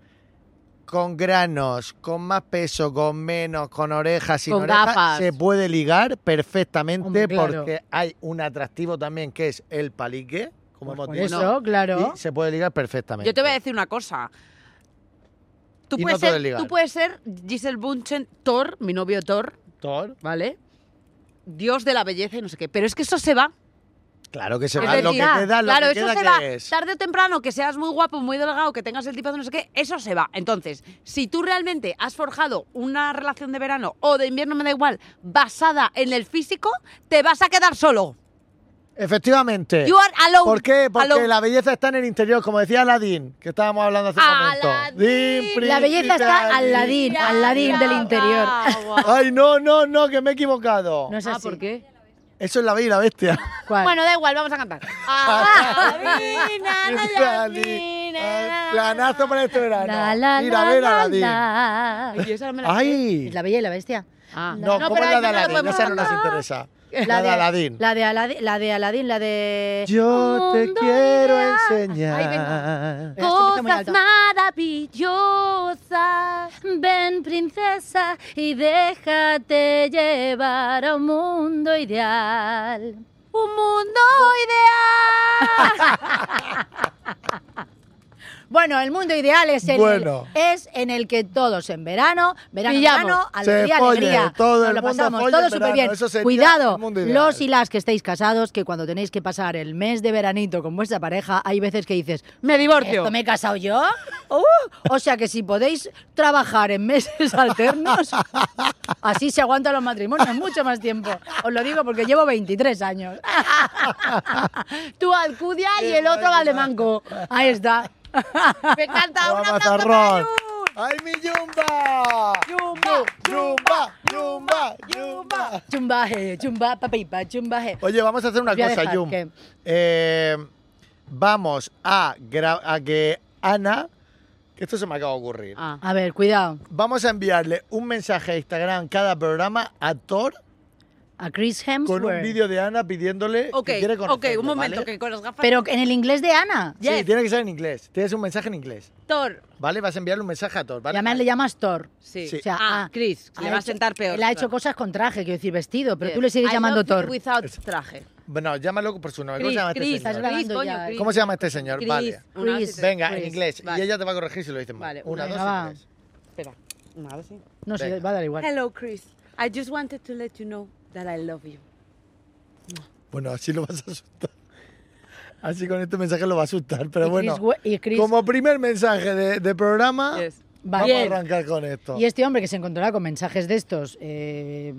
Speaker 2: con granos, con más peso, con menos, con orejas, sin
Speaker 3: Con
Speaker 2: orejas,
Speaker 3: gafas.
Speaker 2: se puede ligar perfectamente
Speaker 4: Hombre, claro.
Speaker 2: porque hay un atractivo también que es el palique, como
Speaker 4: Pues
Speaker 2: hemos
Speaker 4: por
Speaker 2: dicho.
Speaker 4: eso, claro.
Speaker 2: Y se puede ligar perfectamente.
Speaker 3: Yo te voy a decir una cosa. Tú
Speaker 2: Y no
Speaker 3: puedes,
Speaker 2: todo es
Speaker 3: ser,
Speaker 2: ligar.
Speaker 3: tú puedes ser Giselle Bunchen, Thor, mi novio Thor,
Speaker 2: Thor,
Speaker 3: ¿vale? Dios de la belleza y no sé qué. Pero es que eso se va.
Speaker 2: Claro que se
Speaker 3: Es
Speaker 2: va. Lo que
Speaker 3: decir,
Speaker 2: queda, lo
Speaker 3: claro,
Speaker 2: que
Speaker 3: eso
Speaker 2: queda
Speaker 3: se
Speaker 2: que
Speaker 3: va.
Speaker 2: es.
Speaker 3: Tarde o temprano, que seas muy guapo, muy delgado, que tengas el tipo de no sé qué, eso se va. Entonces, si tú realmente has forjado una relación de verano o de invierno, me da igual, basada en el físico, te vas a quedar solo.
Speaker 2: Efectivamente.
Speaker 3: You are alone.
Speaker 2: ¿Por qué? Porque
Speaker 3: Alone.
Speaker 2: la belleza está en el interior, como decía Aladdin, que estábamos hablando hace un momento.
Speaker 3: Aladdin.
Speaker 2: Din,
Speaker 4: La belleza está al
Speaker 2: príncipe
Speaker 4: ladín,
Speaker 3: Ya,
Speaker 4: al ladín
Speaker 3: ya, Ah,
Speaker 4: del interior.
Speaker 3: guau.
Speaker 2: Ay, no, no, no, que me he equivocado.
Speaker 4: No es
Speaker 3: Ah,
Speaker 4: así.
Speaker 3: ¿por qué?
Speaker 2: Eso es la bella y la bestia.
Speaker 4: ¿Cuál?
Speaker 3: Bueno, da igual, vamos a cantar.
Speaker 2: Ah, Aladdin. Ay, Planazo para este
Speaker 4: La,
Speaker 2: verano.
Speaker 4: la,
Speaker 2: Mira, a
Speaker 4: la,
Speaker 2: ver
Speaker 4: la,
Speaker 2: Aladdin.
Speaker 4: la.
Speaker 3: Ay, esa no me la sé.
Speaker 2: Ay.
Speaker 4: Es la bella y la bestia.
Speaker 3: Ah.
Speaker 2: No,
Speaker 3: No,
Speaker 2: ¿cómo
Speaker 3: pero
Speaker 2: es la de
Speaker 3: esa no la
Speaker 2: Aladdin?
Speaker 3: podemos
Speaker 2: Esa no nos
Speaker 3: cantar.
Speaker 2: interesa. La de Aladdin.
Speaker 4: La de Aladdin, la de Aladdin, la de...
Speaker 2: Yo te
Speaker 4: Mundo
Speaker 2: quiero
Speaker 4: ideal. Ay, venga.
Speaker 2: enseñar.
Speaker 4: Espera, esto empieza muy
Speaker 3: Cosas
Speaker 4: alto.
Speaker 3: maravillosas.
Speaker 4: Ven, princesa, y déjate llevar a un mundo ideal.
Speaker 3: Un mundo ideal.
Speaker 4: Bueno, el mundo ideal es, en
Speaker 2: Bueno.
Speaker 4: el, es en el que todos en verano, verano,
Speaker 3: Pillamos.
Speaker 4: verano,
Speaker 2: Se
Speaker 4: alegría,
Speaker 2: folle,
Speaker 4: alegría.
Speaker 2: todo
Speaker 4: Nos
Speaker 2: el
Speaker 4: lo
Speaker 2: mundo
Speaker 4: pasamos
Speaker 2: folle
Speaker 4: todo
Speaker 2: en
Speaker 4: súper bien.
Speaker 2: verano, eso sería
Speaker 4: Cuidado,
Speaker 2: el mundo ideal.
Speaker 4: los y las que estáis casados, que cuando tenéis que pasar el mes de veranito con vuestra pareja, hay veces que dices,
Speaker 3: Me divorcio.
Speaker 4: ¿esto me he casado yo? Uh, o sea que si podéis trabajar en meses alternos, así se aguantan los matrimonios mucho más tiempo. Os lo digo porque llevo 23 años.
Speaker 3: Tú Alcudia
Speaker 4: Y el otro Valdemanco. Ahí está.
Speaker 3: Me encanta
Speaker 2: Vamos,
Speaker 3: una aplauso para
Speaker 2: Mazarrón.
Speaker 3: Jun.
Speaker 2: ¡Ay, mi yumba!
Speaker 3: Yumba,
Speaker 2: ¡Yumba! ¡Yumba! ¡Yumba!
Speaker 4: Chumbaje, chumba, papipa, chumbaje.
Speaker 2: Oye, vamos a hacer una
Speaker 4: Voy a
Speaker 2: cosa,
Speaker 4: dejar
Speaker 2: Yum.
Speaker 4: que-
Speaker 2: Eh, vamos a, gra- a que Ana, que esto se me acaba de ocurrir,
Speaker 3: Ah.
Speaker 4: A ver, cuidado.
Speaker 2: vamos a enviarle un mensaje a Instagram cada programa a Thor
Speaker 4: a Chris Hemsworth.
Speaker 2: Con un vídeo de Ana pidiéndole
Speaker 3: Ok,
Speaker 2: que quiere
Speaker 3: ok,
Speaker 2: conocerlo,
Speaker 3: un momento,
Speaker 2: ¿vale?
Speaker 3: que con las gafas...
Speaker 4: Pero en el inglés de Ana.
Speaker 2: Sí,
Speaker 3: Yes,
Speaker 2: tiene que ser en inglés. Tienes un mensaje en inglés,
Speaker 3: Thor.
Speaker 2: ¿vale? Vas a enviarle un mensaje a todos, ¿vale?
Speaker 4: Además le llamas Thor.
Speaker 3: Sí.
Speaker 2: Sí.
Speaker 4: O sea,
Speaker 3: ah,
Speaker 4: ah,
Speaker 3: Chris, que
Speaker 4: Ha
Speaker 3: le va a
Speaker 4: hecho-
Speaker 3: sentar peor.
Speaker 4: Él ha hecho
Speaker 3: claro.
Speaker 4: cosas con traje, quiero decir, vestido, pero
Speaker 3: Bien.
Speaker 4: tú le sigues
Speaker 3: I
Speaker 4: llamando
Speaker 3: love you
Speaker 4: Thor.
Speaker 3: without traje.
Speaker 2: Bueno, llámalo por su nombre. ¿Cómo
Speaker 3: Chris,
Speaker 2: se llama
Speaker 3: Chris,
Speaker 2: este señor?
Speaker 4: estás grabando
Speaker 3: coño,
Speaker 4: ya, eh.
Speaker 3: Chris.
Speaker 2: ¿Cómo se llama este señor?
Speaker 3: Chris.
Speaker 2: Vale.
Speaker 3: Una,
Speaker 4: Chris.
Speaker 3: dos, tres.
Speaker 2: Venga, en
Speaker 4: Chris.
Speaker 2: inglés.
Speaker 3: Vale.
Speaker 2: Y ella te va a corregir si lo dices mal.
Speaker 3: Vale.
Speaker 2: Una,
Speaker 4: Venga,
Speaker 2: dos
Speaker 4: va.
Speaker 2: y tres.
Speaker 3: Espera. Una, dos, sí.
Speaker 4: No sé,
Speaker 2: Venga.
Speaker 4: va a dar igual.
Speaker 3: Hello, Chris. I just wanted to let you know that I love you.
Speaker 2: Bueno, así lo vas a asustar. Así con este mensaje lo va a asustar. Pero
Speaker 4: Y
Speaker 2: bueno,
Speaker 4: Chris We- y Chris-
Speaker 2: como primer mensaje de, de programa,
Speaker 4: Vale.
Speaker 2: vamos
Speaker 3: Bien.
Speaker 2: a arrancar con esto.
Speaker 4: Y este hombre que se encontrará con mensajes de estos, eh,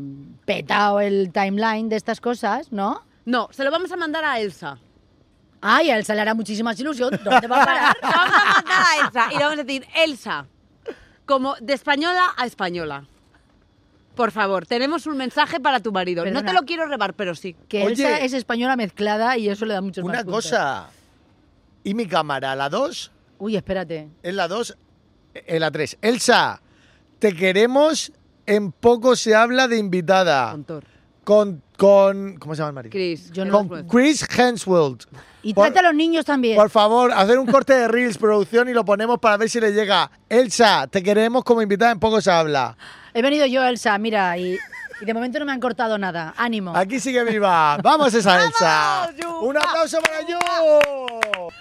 Speaker 4: petado el timeline de estas cosas, ¿no?
Speaker 3: No, se lo vamos a mandar a Elsa.
Speaker 4: Ay, a él se le hará muchísima ilusión. ¿Dónde va a parar?
Speaker 3: Se lo vamos a mandar a Elsa y le vamos a decir, Elsa, como de española a española. Por favor, tenemos un mensaje para tu marido. No te
Speaker 4: Perdona.
Speaker 3: lo quiero rebar, pero sí.
Speaker 4: Que
Speaker 2: Oye.
Speaker 4: Elsa es española mezclada y eso le da muchos más
Speaker 2: Una
Speaker 4: puntos.
Speaker 2: cosa. ¿Y mi cámara? ¿La 2?
Speaker 4: Uy, espérate.
Speaker 2: Es la 2, es la 3. Elsa, te queremos. En poco se habla de invitada.
Speaker 3: Con Thor.
Speaker 2: Con. con ¿Cómo se llama el marido?
Speaker 3: Chris.
Speaker 4: Yo no-
Speaker 2: Con Chris Hemsworth.
Speaker 4: Y
Speaker 2: Por-
Speaker 4: trata a los niños también.
Speaker 2: Por favor, hacer un corte de Reels, producción, y lo ponemos para ver si le llega. Elsa, te queremos como invitada, en poco se habla.
Speaker 4: He venido yo, Elsa, mira, y, y de momento no me han cortado nada. Ánimo.
Speaker 2: Aquí sigue viva. ¡Vamos esa Elsa!
Speaker 3: Yu!
Speaker 2: ¡Un aplauso para Yu!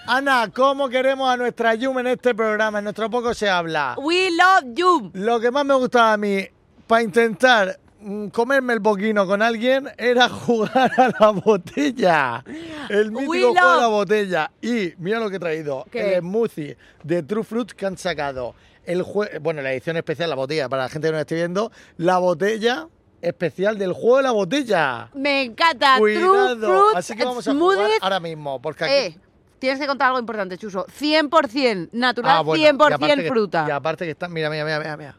Speaker 2: Ana, ¿cómo queremos a nuestra Yum en este programa? En nuestro poco se habla.
Speaker 3: We love you.
Speaker 2: Lo que más me gustaba a mí para intentar mm, comerme el boquino con alguien era jugar a la botella. El mítico
Speaker 3: Willow.
Speaker 2: juego de la botella. Y mira lo que he traído.
Speaker 3: ¿Qué?
Speaker 2: El smoothie de True Fruit que han sacado. El jue- bueno, la edición especial, la botella, para la gente que nos esté viendo. La botella especial del juego de la botella.
Speaker 3: Me encanta. True
Speaker 2: Cuidado.
Speaker 3: fruit
Speaker 2: Así que vamos a
Speaker 3: smoothies.
Speaker 2: jugar ahora mismo. Porque aquí...
Speaker 3: Eh, tienes que contar algo importante, Chuso. 100% natural,
Speaker 2: Ah, bueno, y
Speaker 3: 100%
Speaker 2: aparte que-
Speaker 3: fruta.
Speaker 2: y aparte que está... Mira, mira, mira, mira. mira.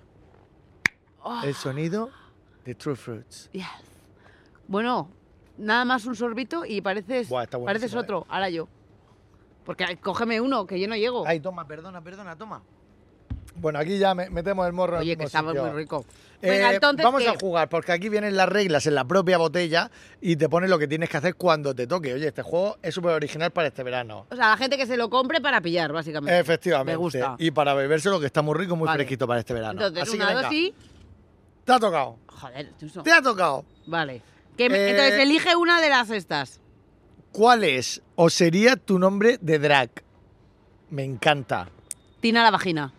Speaker 3: Ah.
Speaker 2: El sonido de True Fruits.
Speaker 3: Yes. Bueno, nada más un sorbito y pareces,
Speaker 2: Buah, está buenísimo,
Speaker 3: pareces
Speaker 2: eh.
Speaker 3: otro. Ahora yo. Porque ay, cógeme uno, que yo no llego.
Speaker 2: Ay, toma, perdona, perdona, toma. Bueno, aquí ya me- metemos el morro. en el
Speaker 3: Oye, que
Speaker 2: mismo
Speaker 3: estaba
Speaker 2: sitio.
Speaker 3: muy rico.
Speaker 2: Eh,
Speaker 3: Venga, entonces,
Speaker 2: vamos
Speaker 3: ¿qué?
Speaker 2: a jugar, porque aquí vienen las reglas en la propia botella y te ponen lo que tienes que hacer cuando te toque. Oye, este juego es súper original para este verano.
Speaker 3: O sea, la gente que se lo compre para pillar, básicamente.
Speaker 2: Efectivamente.
Speaker 3: Me gusta.
Speaker 2: Y para beberse lo que está muy rico, muy
Speaker 3: Vale.
Speaker 2: fresquito para este verano.
Speaker 3: Entonces,
Speaker 2: Así que
Speaker 3: una
Speaker 2: venga,
Speaker 3: dosis.
Speaker 2: Te ha tocado.
Speaker 3: Joder, Chuso.
Speaker 2: Te ha tocado.
Speaker 3: Vale. Que me-
Speaker 2: Eh,
Speaker 3: Entonces, elige una de las estas.
Speaker 2: ¿Cuál es o sería tu nombre de drag? Me encanta.
Speaker 3: Tina la vagina.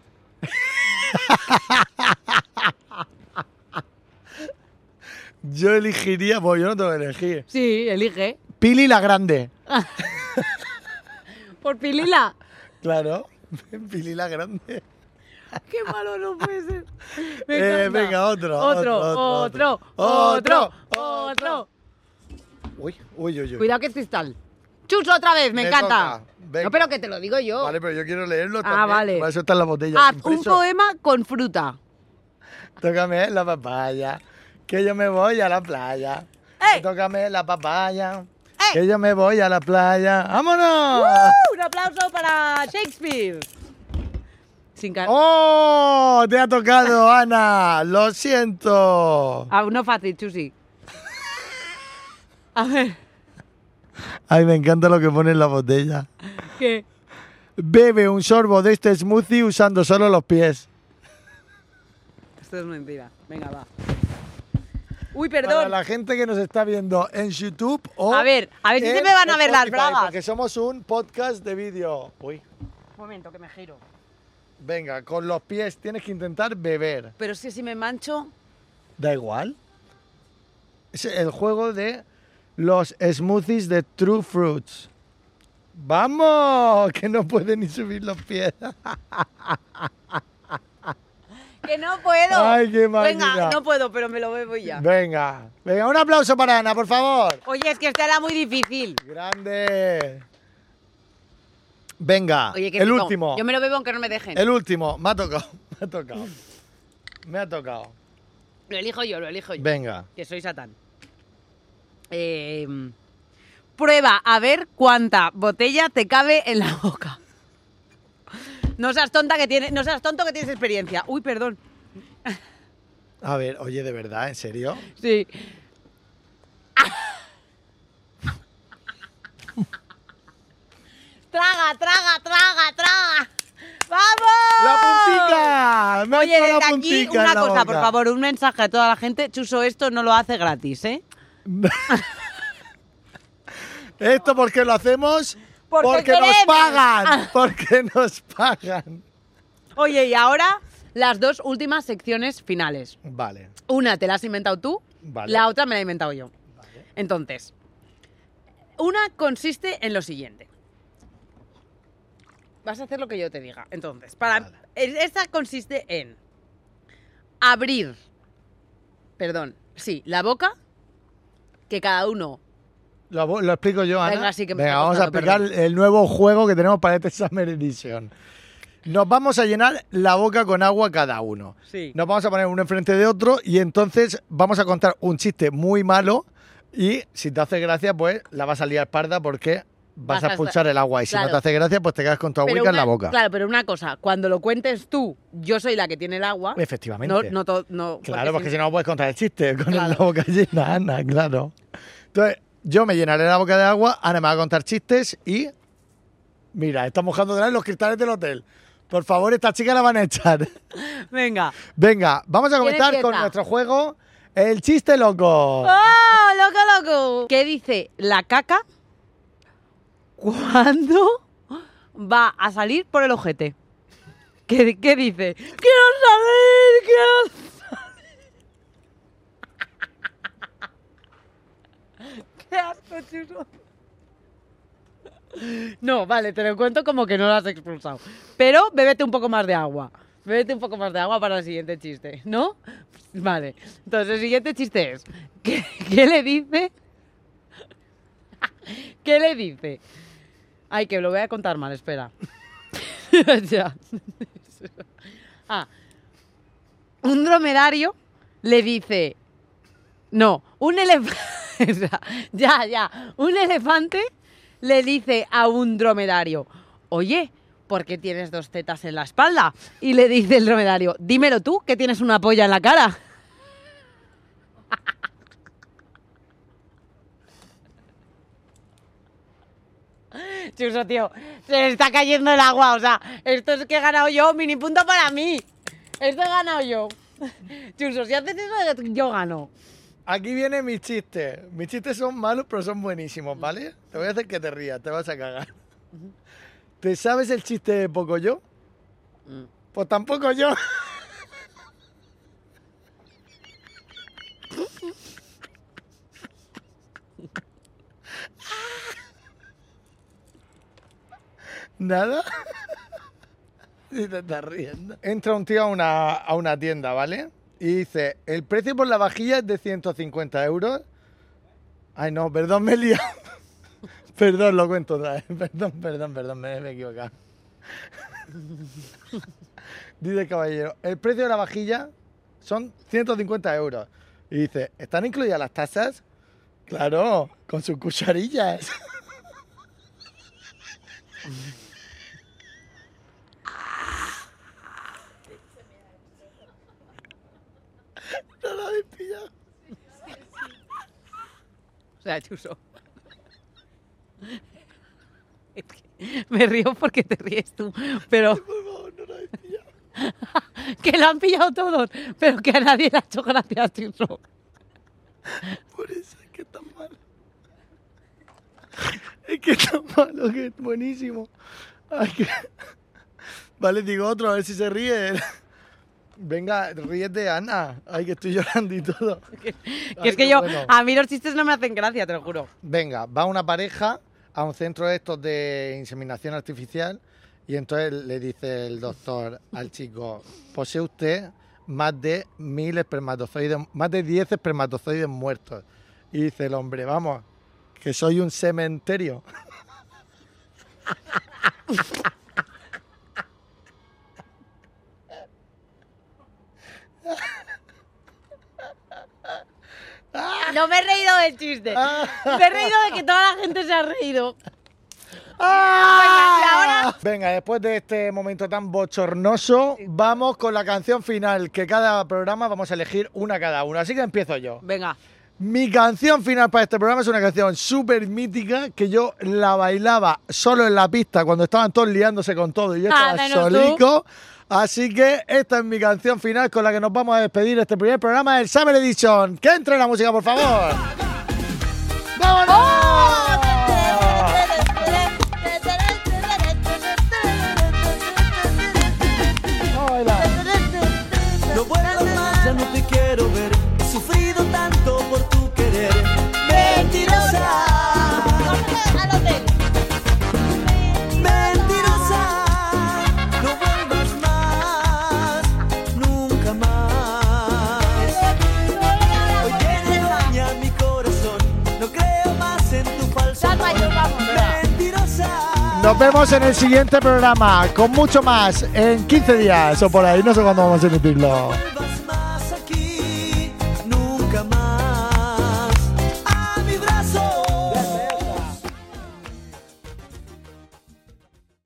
Speaker 2: Yo elegiría, pues yo no tengo que elegir.
Speaker 3: Sí, elige.
Speaker 2: Pili la Grande.
Speaker 3: Por Pilila.
Speaker 2: Claro. Pili la Grande.
Speaker 3: Qué malo no puede ser. Me
Speaker 2: Eh,
Speaker 3: encanta.
Speaker 2: venga, otro,
Speaker 3: Otro,
Speaker 2: otro,
Speaker 3: otro,
Speaker 2: otro,
Speaker 3: otro,
Speaker 2: otro,
Speaker 3: otro.
Speaker 2: Uy, uy, uy, uy.
Speaker 3: Cuidado que es cristal. Chuso otra vez, me,
Speaker 2: Me
Speaker 3: encanta.
Speaker 2: toca, venga.
Speaker 3: No, pero que te lo digo yo.
Speaker 2: Vale, pero yo quiero leerlo
Speaker 3: Ah,
Speaker 2: también.
Speaker 3: vale.
Speaker 2: Para eso está la botella.
Speaker 3: Haz un poema con fruta.
Speaker 2: Tócame la papaya, que yo me voy a la playa.
Speaker 3: ¡Ey!
Speaker 2: Tócame la papaya,
Speaker 3: ¡Ey!
Speaker 2: que yo me voy a la playa. ¡Vámonos!
Speaker 3: Un aplauso para Shakespeare. Sin cara.
Speaker 2: ¡Oh! Te ha tocado, Ana. Lo siento.
Speaker 3: Ah, no fácil, Chusi. A ver,
Speaker 2: Ay, me encanta lo que pone en la botella.
Speaker 3: ¿qué?
Speaker 2: Bebe un sorbo de este smoothie usando solo los pies.
Speaker 3: Esto es mentira. Venga, va. Uy,
Speaker 2: Para
Speaker 3: perdón.
Speaker 2: la gente que nos está viendo en YouTube o
Speaker 3: A ver, a ver si
Speaker 2: en
Speaker 3: se me van a ver las
Speaker 2: Spotify,
Speaker 3: bragas.
Speaker 2: Porque somos un podcast de vídeo. Uy.
Speaker 3: Un momento, que me giro.
Speaker 2: Venga, con los pies tienes que intentar beber.
Speaker 3: Pero es que si me mancho...
Speaker 2: Da igual. Es el juego de los smoothies de True Fruits. ¡Vamos! Que no puede ni subir los pies.
Speaker 3: ¡Que no puedo!
Speaker 2: Ay, qué
Speaker 3: Venga,
Speaker 2: máquina.
Speaker 3: no puedo, pero me lo bebo ya.
Speaker 2: Venga, venga, un aplauso para Ana, por favor.
Speaker 3: Oye, es que esta era muy difícil.
Speaker 2: Grande. Venga,
Speaker 3: Oye, que
Speaker 2: el
Speaker 3: sí, no,
Speaker 2: último.
Speaker 3: Yo me lo bebo aunque no me dejen.
Speaker 2: El último, me ha tocado, me ha tocado. Me ha tocado.
Speaker 3: Lo elijo yo, lo elijo yo.
Speaker 2: Venga.
Speaker 3: Que soy Satán. Eh, prueba a ver cuánta botella te cabe en la boca. No seas tonta que tienes, no seas tonto que tienes experiencia. Uy, perdón. ¡Oh!
Speaker 2: A ver, oye, de verdad, en serio.
Speaker 3: Sí. Traga, traga, traga, traga. ¡Vamos!
Speaker 2: ¡La puntica! Me ha
Speaker 3: Oye,
Speaker 2: entrado la
Speaker 3: desde aquí
Speaker 2: puntica en
Speaker 3: una
Speaker 2: la
Speaker 3: cosa, por
Speaker 2: boca.
Speaker 3: favor, un mensaje a toda la gente. Chuso, esto no lo hace gratis, ¿eh?
Speaker 2: Esto porque lo hacemos
Speaker 3: Porque
Speaker 2: nos
Speaker 3: queremos. Ah.
Speaker 2: pagan. Porque nos pagan.
Speaker 3: Oye, y ahora las dos últimas secciones finales.
Speaker 2: Vale.
Speaker 3: Una te la has inventado tú,
Speaker 2: Vale.
Speaker 3: la otra me la he inventado yo. Entonces, una consiste en lo siguiente. Vas a hacer lo que yo te diga. Entonces, para
Speaker 2: Vale.
Speaker 3: e- esta consiste en abrir, perdón, sí, la boca, que cada uno
Speaker 2: Lo, vo- lo explico yo, Ana.
Speaker 3: Venga, sí, que me
Speaker 2: Venga,
Speaker 3: está
Speaker 2: vamos a
Speaker 3: costando,
Speaker 2: explicar el nuevo juego que tenemos para este Summer Edition. Nos vamos a llenar la boca con agua cada uno.
Speaker 3: Sí.
Speaker 2: Nos vamos a poner uno enfrente de otro y entonces vamos a contar un chiste muy malo y si te hace gracia, pues la vas a liar parda porque vas,
Speaker 3: Vas
Speaker 2: a
Speaker 3: a
Speaker 2: expulsar el agua y si no
Speaker 3: claro.
Speaker 2: te hace gracia, pues te quedas con tu agüica en
Speaker 3: una-
Speaker 2: la boca.
Speaker 3: Claro, pero una cosa, cuando lo cuentes tú, yo soy la que tiene el agua.
Speaker 2: Efectivamente.
Speaker 3: No, no, to- no
Speaker 2: Claro, porque
Speaker 3: si-
Speaker 2: si no puedes contar el chiste con
Speaker 3: Claro.
Speaker 2: la boca llena, Ana, claro. Entonces, yo me llenaré la boca de agua, Ana me va a contar chistes y. Mira, está mojando de los cristales del hotel. Por favor, esta chica la van a echar.
Speaker 3: Venga.
Speaker 2: Venga, vamos a comenzar con
Speaker 3: empieza?
Speaker 2: nuestro juego, el chiste loco.
Speaker 3: ¡Oh, loco, loco! ¿Qué dice la caca cuando va a salir por el ojete? ¿Qué, qué dice? ¡Quiero salir! ¡Quiero salir! ¡Qué asco, chulo! No, vale, te lo cuento como que no lo has expulsado. Pero bébete un poco más de agua. Bébete un poco más de agua para el siguiente chiste, ¿no? Vale. Entonces, el siguiente chiste es: ¿Qué, qué le dice? ¿Qué le dice? Ay, que lo voy a contar mal, espera. ya. ah. Un dromedario le dice. No, un elefante. ya, ya. Un elefante le dice a un dromedario, oye, ¿por qué tienes dos tetas en la espalda? Y le dice el dromedario, dímelo tú, que tienes una polla en la cara. Chuso, tío, se le está cayendo el agua, o sea, esto es que he ganado yo, mini punto para mí. Esto he ganado yo. Chuso, si haces eso, yo gano.
Speaker 2: Aquí viene mi chiste. Mis chistes son malos, pero son buenísimos, ¿vale? Te voy a hacer que te rías, te vas a cagar. ¿Te sabes el chiste de poco yo? Pues tampoco yo. Nada. Y te estás riendo. Entra un tío a una, a una tienda, ¿vale? Y dice, el precio por la vajilla es de 150 euros. Ay, no, perdón, me he liado. Perdón, lo cuento otra vez. Perdón, perdón, perdón, me, me he equivocado. Dice el caballero, el precio de la vajilla son 150 euros. Y dice, ¿están incluidas las tasas? Claro, con sus cucharillas. No lo habéis pillado.
Speaker 3: O sea, Chuso. Es que Me río porque te ríes tú, pero
Speaker 2: Por favor, no lo habéis pillado.
Speaker 3: que lo han pillado todos, pero que a nadie le ha hecho gracia, Chuso.
Speaker 2: Por eso es que es tan malo. Es que es tan malo, que es buenísimo. Ay, que- Vale, digo otro, a ver si se ríe. Venga, ríete, Ana. Ay, que estoy llorando y todo.
Speaker 3: Que es que
Speaker 2: qué
Speaker 3: yo,
Speaker 2: bueno.
Speaker 3: a mí los chistes no me hacen gracia, te lo juro.
Speaker 2: Venga, va una pareja a un centro de estos de inseminación artificial y entonces le dice el doctor al chico, posee usted más de mil espermatozoides, más de 10 espermatozoides muertos. Y dice el hombre, vamos, que soy un cementerio.
Speaker 3: No me he reído del chiste.
Speaker 2: Ah.
Speaker 3: Me he reído de que toda la gente se ha reído.
Speaker 2: Venga, después de este momento tan bochornoso, vamos con la canción final, que cada programa vamos a elegir una cada uno. Así que empiezo yo.
Speaker 3: Venga,
Speaker 2: Mi canción final para este programa es una canción súper mítica que yo la bailaba solo en la pista cuando estaban todos liándose con todo y yo
Speaker 3: Ah,
Speaker 2: estaba
Speaker 3: menos
Speaker 2: solico. Así que esta es mi canción final con la que nos vamos a despedir este primer programa del Summer Edition. ¡Que entre la música, por favor! ¡Vámonos! Vamos a bailar.
Speaker 5: No vuelvas más, ya no te quiero ver. He sufrido tanto por tu querer. Mentirosa, mentirosa. No vuelvas más, nunca más. Hoy te daña mi corazón. No creo más en tu falso amor. Mentirosa.
Speaker 2: Nos vemos en el siguiente programa con mucho más en 15 días o por ahí, no sé cuándo vamos a emitirlo.
Speaker 5: No